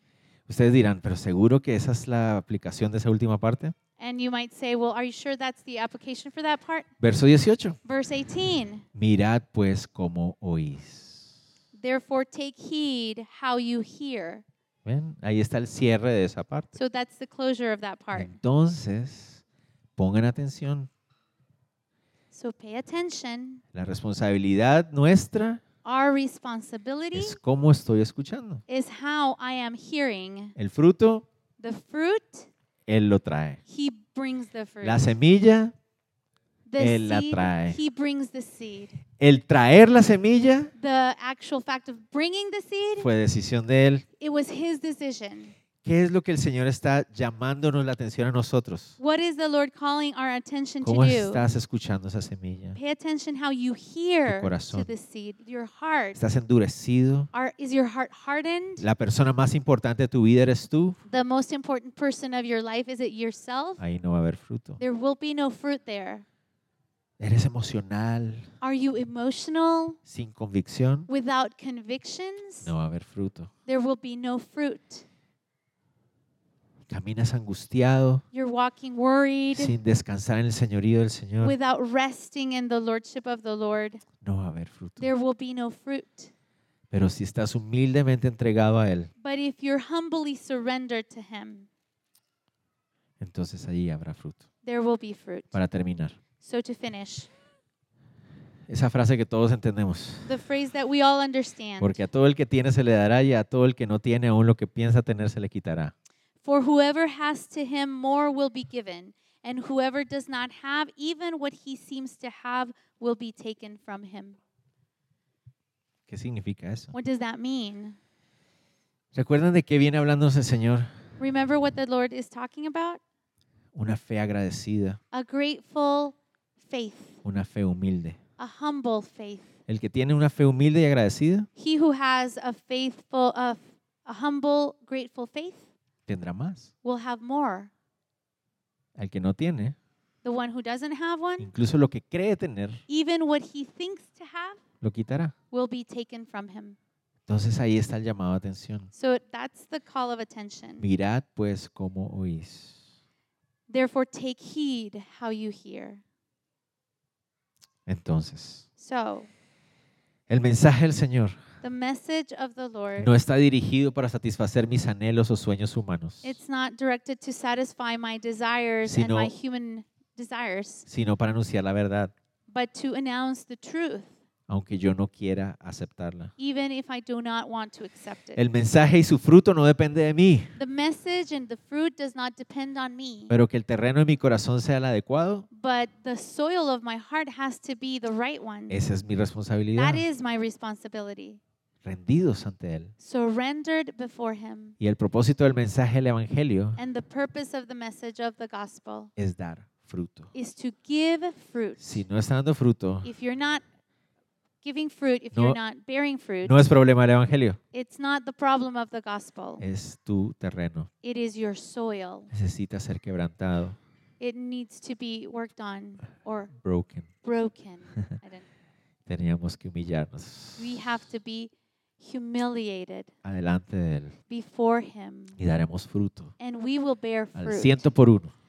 Speaker 1: Ustedes dirán, pero seguro que esa es la aplicación de esa última parte.
Speaker 2: And you might say, well, are you sure that's the application for that part?
Speaker 1: Verso 18.
Speaker 2: Verse 18.
Speaker 1: Mirad pues cómo oís.
Speaker 2: Therefore, take heed how you hear.
Speaker 1: ¿Ven? Ahí está el cierre de esa parte.
Speaker 2: So that's the closure of that part.
Speaker 1: Mm. Entonces, pongan atención.
Speaker 2: So pay attention.
Speaker 1: La responsabilidad nuestra
Speaker 2: Our responsibility
Speaker 1: es cómo estoy escuchando.
Speaker 2: is how I am hearing.
Speaker 1: El fruto,
Speaker 2: The fruit,
Speaker 1: Él lo trae.
Speaker 2: he brings the fruit.
Speaker 1: La semilla,
Speaker 2: the
Speaker 1: Él la
Speaker 2: seed,
Speaker 1: trae.
Speaker 2: he brings the seed.
Speaker 1: el traer la semilla
Speaker 2: The actual fact of bringing the seed,
Speaker 1: fue decisión de Él.
Speaker 2: it was his decision.
Speaker 1: ¿Qué es lo que el Señor está llamándonos la atención a nosotros?
Speaker 2: What is the Lord calling our attention to
Speaker 1: ¿Cómo
Speaker 2: do?
Speaker 1: estás escuchando esa semilla?
Speaker 2: Pay attention how you hear to
Speaker 1: corazón.
Speaker 2: the seed, your heart.
Speaker 1: ¿Estás endurecido?
Speaker 2: Are, is your heart hardened?
Speaker 1: ¿La persona más importante de tu vida eres tú?
Speaker 2: The most important person of your life, is it yourself?
Speaker 1: Ahí no va a haber fruto.
Speaker 2: There will be no fruit there.
Speaker 1: ¿Eres emocional?
Speaker 2: Are you emotional
Speaker 1: ¿Sin convicción?
Speaker 2: without convictions?
Speaker 1: No va a haber fruto.
Speaker 2: There will be no fruit.
Speaker 1: ¿Caminas angustiado?
Speaker 2: You're walking worried
Speaker 1: ¿Sin descansar en el señorío del Señor?
Speaker 2: without resting in the lordship of the Lord.
Speaker 1: No va a haber fruto.
Speaker 2: There will be no fruit.
Speaker 1: Pero si estás humildemente entregado a Él,
Speaker 2: But if you're humbly surrendered to Him,
Speaker 1: entonces allí habrá fruto.
Speaker 2: there will be fruit.
Speaker 1: Para terminar,
Speaker 2: So to finish,
Speaker 1: esa frase que todos entendemos.
Speaker 2: the phrase that we all understand.
Speaker 1: Porque a todo el que tiene se le dará y a todo el que no tiene aún lo que piensa tener se le quitará.
Speaker 2: For whoever has to him more will be given, and whoever does not have, even what he seems to have, will be taken from him.
Speaker 1: ¿Qué significa eso?
Speaker 2: What does that mean?
Speaker 1: ¿Recuerdan de qué viene hablándonos el Señor?
Speaker 2: Remember what the Lord is talking about?
Speaker 1: Una fe agradecida,
Speaker 2: A grateful faith,
Speaker 1: una fe humilde.
Speaker 2: a humble faith.
Speaker 1: El que tiene una fe humilde y agradecida
Speaker 2: He who has a faithful, a, a humble, grateful faith
Speaker 1: tendrá más.
Speaker 2: will have more.
Speaker 1: Al que no tiene,
Speaker 2: The one who doesn't have one,
Speaker 1: incluso lo que cree tener,
Speaker 2: even what he thinks to have,
Speaker 1: lo quitará.
Speaker 2: will be taken from him.
Speaker 1: Entonces ahí está el llamado a atención.
Speaker 2: So that's the call of attention.
Speaker 1: Mirad pues cómo oís.
Speaker 2: Therefore, take heed how you hear.
Speaker 1: Entonces,
Speaker 2: So,
Speaker 1: el mensaje del Señor
Speaker 2: the message of the Lord,
Speaker 1: no está dirigido para satisfacer mis anhelos o sueños humanos,
Speaker 2: it's not directed to satisfy my desires and my
Speaker 1: Sino-
Speaker 2: human desires,
Speaker 1: sino para anunciar la verdad,
Speaker 2: but to announce the truth,
Speaker 1: aunque yo no quiera aceptarla.
Speaker 2: even if I do not want to accept it.
Speaker 1: El mensaje y su fruto no depende de mí,
Speaker 2: the message and the fruit does not depend on me,
Speaker 1: pero que el terreno de mi corazón sea el adecuado,
Speaker 2: but the soil of my heart has to be the right one.
Speaker 1: esa es mi responsabilidad.
Speaker 2: That is my responsibility.
Speaker 1: Rendidos ante Él.
Speaker 2: Surrendered before Him.
Speaker 1: Y el propósito del mensaje del Evangelio
Speaker 2: And the purpose of the message of the gospel
Speaker 1: es dar fruto.
Speaker 2: is to give fruit.
Speaker 1: Si no está dando fruto,
Speaker 2: if you're not giving fruit, if
Speaker 1: No-
Speaker 2: you're not bearing fruit,
Speaker 1: no es Eh. problema del Evangelio,
Speaker 2: it's not the problem of the gospel.
Speaker 1: es tu terreno.
Speaker 2: It is your soil.
Speaker 1: Necesita ser quebrantado,
Speaker 2: It needs to be worked on or
Speaker 1: broken.
Speaker 2: broken. I don't-
Speaker 1: Teníamos que humillarnos
Speaker 2: we have to be humiliated
Speaker 1: adelante de Él
Speaker 2: before Him,
Speaker 1: y daremos fruto
Speaker 2: and we will bear
Speaker 1: al
Speaker 2: fruit.
Speaker 1: ciento por uno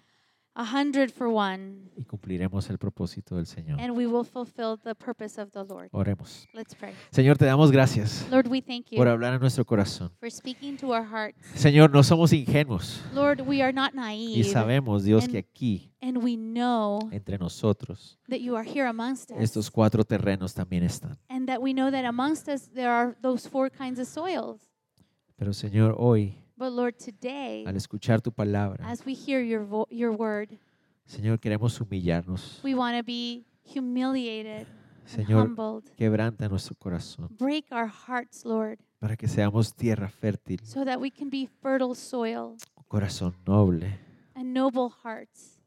Speaker 2: A hundred for one,
Speaker 1: y cumpliremos el propósito del Señor.
Speaker 2: and we will fulfill the purpose of the Lord.
Speaker 1: Oremos.
Speaker 2: Let's pray.
Speaker 1: Señor, te damos gracias
Speaker 2: Lord, we thank
Speaker 1: por
Speaker 2: you
Speaker 1: hablar a nuestro corazón.
Speaker 2: for speaking to our hearts.
Speaker 1: Señor, no somos ingenuos
Speaker 2: Lord, we are not
Speaker 1: y
Speaker 2: naive,
Speaker 1: sabemos, Dios, que
Speaker 2: And-
Speaker 1: aquí,
Speaker 2: and we know
Speaker 1: entre nosotros,
Speaker 2: that you are here amongst us.
Speaker 1: estos cuatro terrenos también están.
Speaker 2: And that we know that amongst us there are those four kinds of soils.
Speaker 1: Pero Señor, hoy,
Speaker 2: But Lord, today,
Speaker 1: al escuchar tu palabra,
Speaker 2: as we hear your, vo- your word,
Speaker 1: Señor, queremos humillarnos.
Speaker 2: we want to be humiliated and
Speaker 1: Señor,
Speaker 2: humbled.
Speaker 1: quebranta nuestro corazón
Speaker 2: Break our hearts, Lord,
Speaker 1: para que seamos tierra fértil,
Speaker 2: so that we can be fertile soil
Speaker 1: un corazón noble,
Speaker 2: and noble hearts,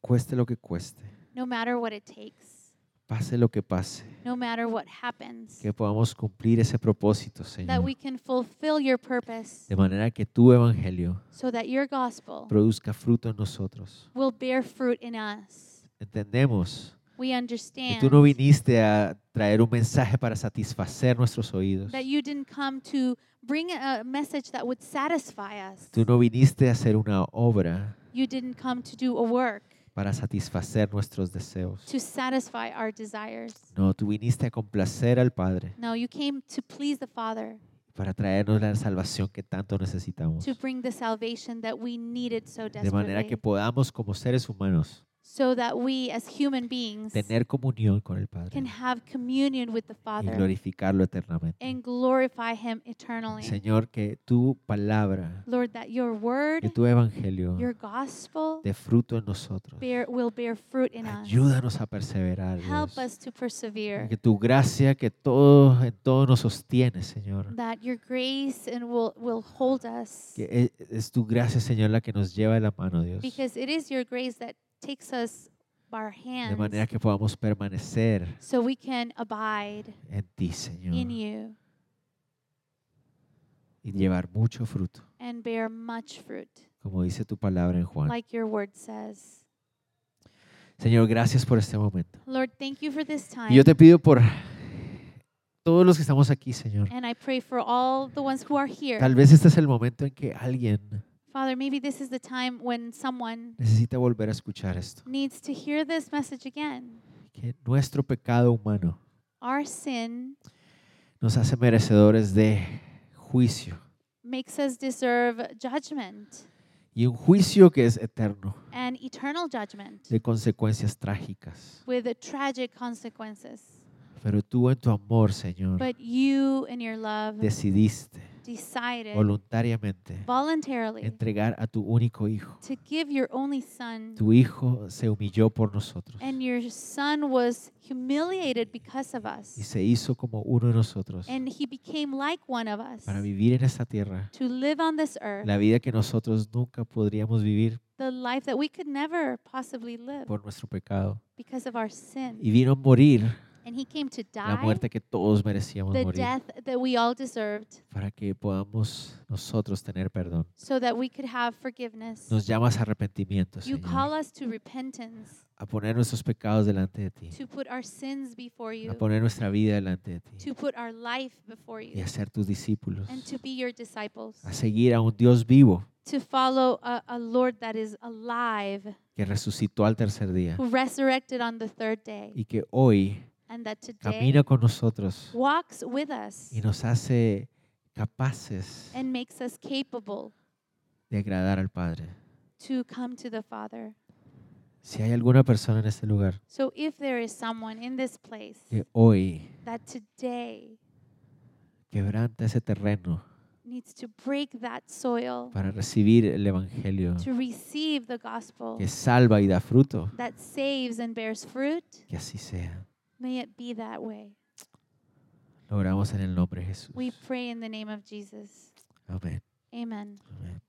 Speaker 1: cueste lo que cueste,
Speaker 2: no matter what it takes,
Speaker 1: pase lo que pase,
Speaker 2: no matter what happens,
Speaker 1: que podamos cumplir ese propósito,
Speaker 2: that we
Speaker 1: Señor,
Speaker 2: can fulfill your purpose
Speaker 1: de manera que tu evangelio
Speaker 2: so that your gospel
Speaker 1: produzca fruto en nosotros.
Speaker 2: will bear fruit in us.
Speaker 1: Entendemos
Speaker 2: We
Speaker 1: que
Speaker 2: understand
Speaker 1: tú no viniste a traer un mensaje para satisfacer nuestros oídos.
Speaker 2: that you didn't come to bring a message that would satisfy us.
Speaker 1: Tú no viniste a hacer una obra
Speaker 2: You didn't come to do a work
Speaker 1: para satisfacer nuestros deseos.
Speaker 2: to satisfy our desires.
Speaker 1: No, tú viniste a complacer al Padre
Speaker 2: No, you came to please the Father,
Speaker 1: para traernos la salvación que tanto necesitamos.
Speaker 2: to bring the salvation that we needed so
Speaker 1: De manera
Speaker 2: desperately,
Speaker 1: que podamos como seres humanos
Speaker 2: so that we as human beings
Speaker 1: tener comunión con el Padre
Speaker 2: can have communion with the
Speaker 1: y
Speaker 2: Father
Speaker 1: glorificarlo eternamente.
Speaker 2: and glorify Him eternally.
Speaker 1: Señor, que tu palabra,
Speaker 2: Lord, that your
Speaker 1: que
Speaker 2: word,
Speaker 1: tu evangelio
Speaker 2: your gospel
Speaker 1: de fruto en nosotros.
Speaker 2: bear, will bear fruit in us.
Speaker 1: Ayúdanos a perseverar.
Speaker 2: Help
Speaker 1: Dios.
Speaker 2: us to persevere.
Speaker 1: Que tu gracia que todo en todo nos sostiene, Señor.
Speaker 2: That your grace and will, will hold us.
Speaker 1: Que e- es, tu gracia, Señor, la que nos lleva de la mano, Dios.
Speaker 2: Because it is your grace that takes us by our
Speaker 1: De manera
Speaker 2: hands
Speaker 1: que podamos permanecer
Speaker 2: so we can abide
Speaker 1: en ti, Señor.
Speaker 2: in you
Speaker 1: Y llevar mucho fruto,
Speaker 2: and bear much fruit,
Speaker 1: como dice tu palabra en Juan.
Speaker 2: like your word says.
Speaker 1: Señor, gracias por este momento.
Speaker 2: Lord, thank you for this time.
Speaker 1: Y yo te pido por todos los que estamos aquí, Señor.
Speaker 2: And I pray for all the ones who are
Speaker 1: Tal
Speaker 2: here.
Speaker 1: vez este es el momento en que alguien
Speaker 2: Father, maybe this is the time when someone
Speaker 1: necesita volver a escuchar esto.
Speaker 2: needs to hear this message again.
Speaker 1: Que nuestro pecado humano
Speaker 2: Our sin
Speaker 1: nos hace merecedores de juicio.
Speaker 2: makes us deserve judgment
Speaker 1: Y un juicio que es eterno,
Speaker 2: and eternal judgment
Speaker 1: de consecuencias trágicas.
Speaker 2: with tragic consequences.
Speaker 1: Pero tú en tu amor, Señor,
Speaker 2: But you, in your love,
Speaker 1: decidiste
Speaker 2: decided
Speaker 1: voluntariamente
Speaker 2: voluntarily
Speaker 1: entregar a tu único hijo.
Speaker 2: to give your only son,
Speaker 1: Tu hijo se humilló por nosotros
Speaker 2: and your son was humiliated because of
Speaker 1: y
Speaker 2: us,
Speaker 1: se hizo como uno de nosotros
Speaker 2: and he became like one of us
Speaker 1: para vivir en esta tierra
Speaker 2: to live on this earth
Speaker 1: la vida que nosotros nunca podríamos vivir
Speaker 2: the life that we could never possibly live
Speaker 1: por nuestro pecado.
Speaker 2: because of our sin.
Speaker 1: Y vino a morir
Speaker 2: And he came to
Speaker 1: la
Speaker 2: die
Speaker 1: muerte que todos merecíamos
Speaker 2: the
Speaker 1: morir
Speaker 2: death that we all deserved
Speaker 1: para que podamos nosotros tener perdón.
Speaker 2: so that we could have forgiveness.
Speaker 1: Nos llamas a arrepentimiento,
Speaker 2: You
Speaker 1: Señor,
Speaker 2: call us to repentance,
Speaker 1: a poner nuestros pecados delante de ti,
Speaker 2: to put our sins before
Speaker 1: a
Speaker 2: you,
Speaker 1: poner nuestra vida delante de ti
Speaker 2: to put our life before
Speaker 1: y
Speaker 2: you,
Speaker 1: a ser tus discípulos,
Speaker 2: and to be your disciples,
Speaker 1: a seguir a un Dios vivo
Speaker 2: to follow a, a Lord that is alive,
Speaker 1: que resucitó al tercer día
Speaker 2: who resurrected on the third day,
Speaker 1: y que hoy
Speaker 2: and that today
Speaker 1: camina con nosotros
Speaker 2: walks with us
Speaker 1: y nos hace capaces
Speaker 2: and makes us capable
Speaker 1: de agradar al Padre.
Speaker 2: to come to the Father.
Speaker 1: Si hay alguna persona en este lugar
Speaker 2: So if there is someone in this place
Speaker 1: que hoy
Speaker 2: that today
Speaker 1: quebranta ese terreno
Speaker 2: needs to break that soil
Speaker 1: para recibir el Evangelio
Speaker 2: to receive the gospel
Speaker 1: que salva y da fruto,
Speaker 2: that saves and bears fruit,
Speaker 1: que así sea.
Speaker 2: may it be that way.
Speaker 1: Lo oramos en el nombre de Jesús.
Speaker 2: We pray in the name of Jesus.
Speaker 1: Amén.
Speaker 2: Amen.
Speaker 1: Amén.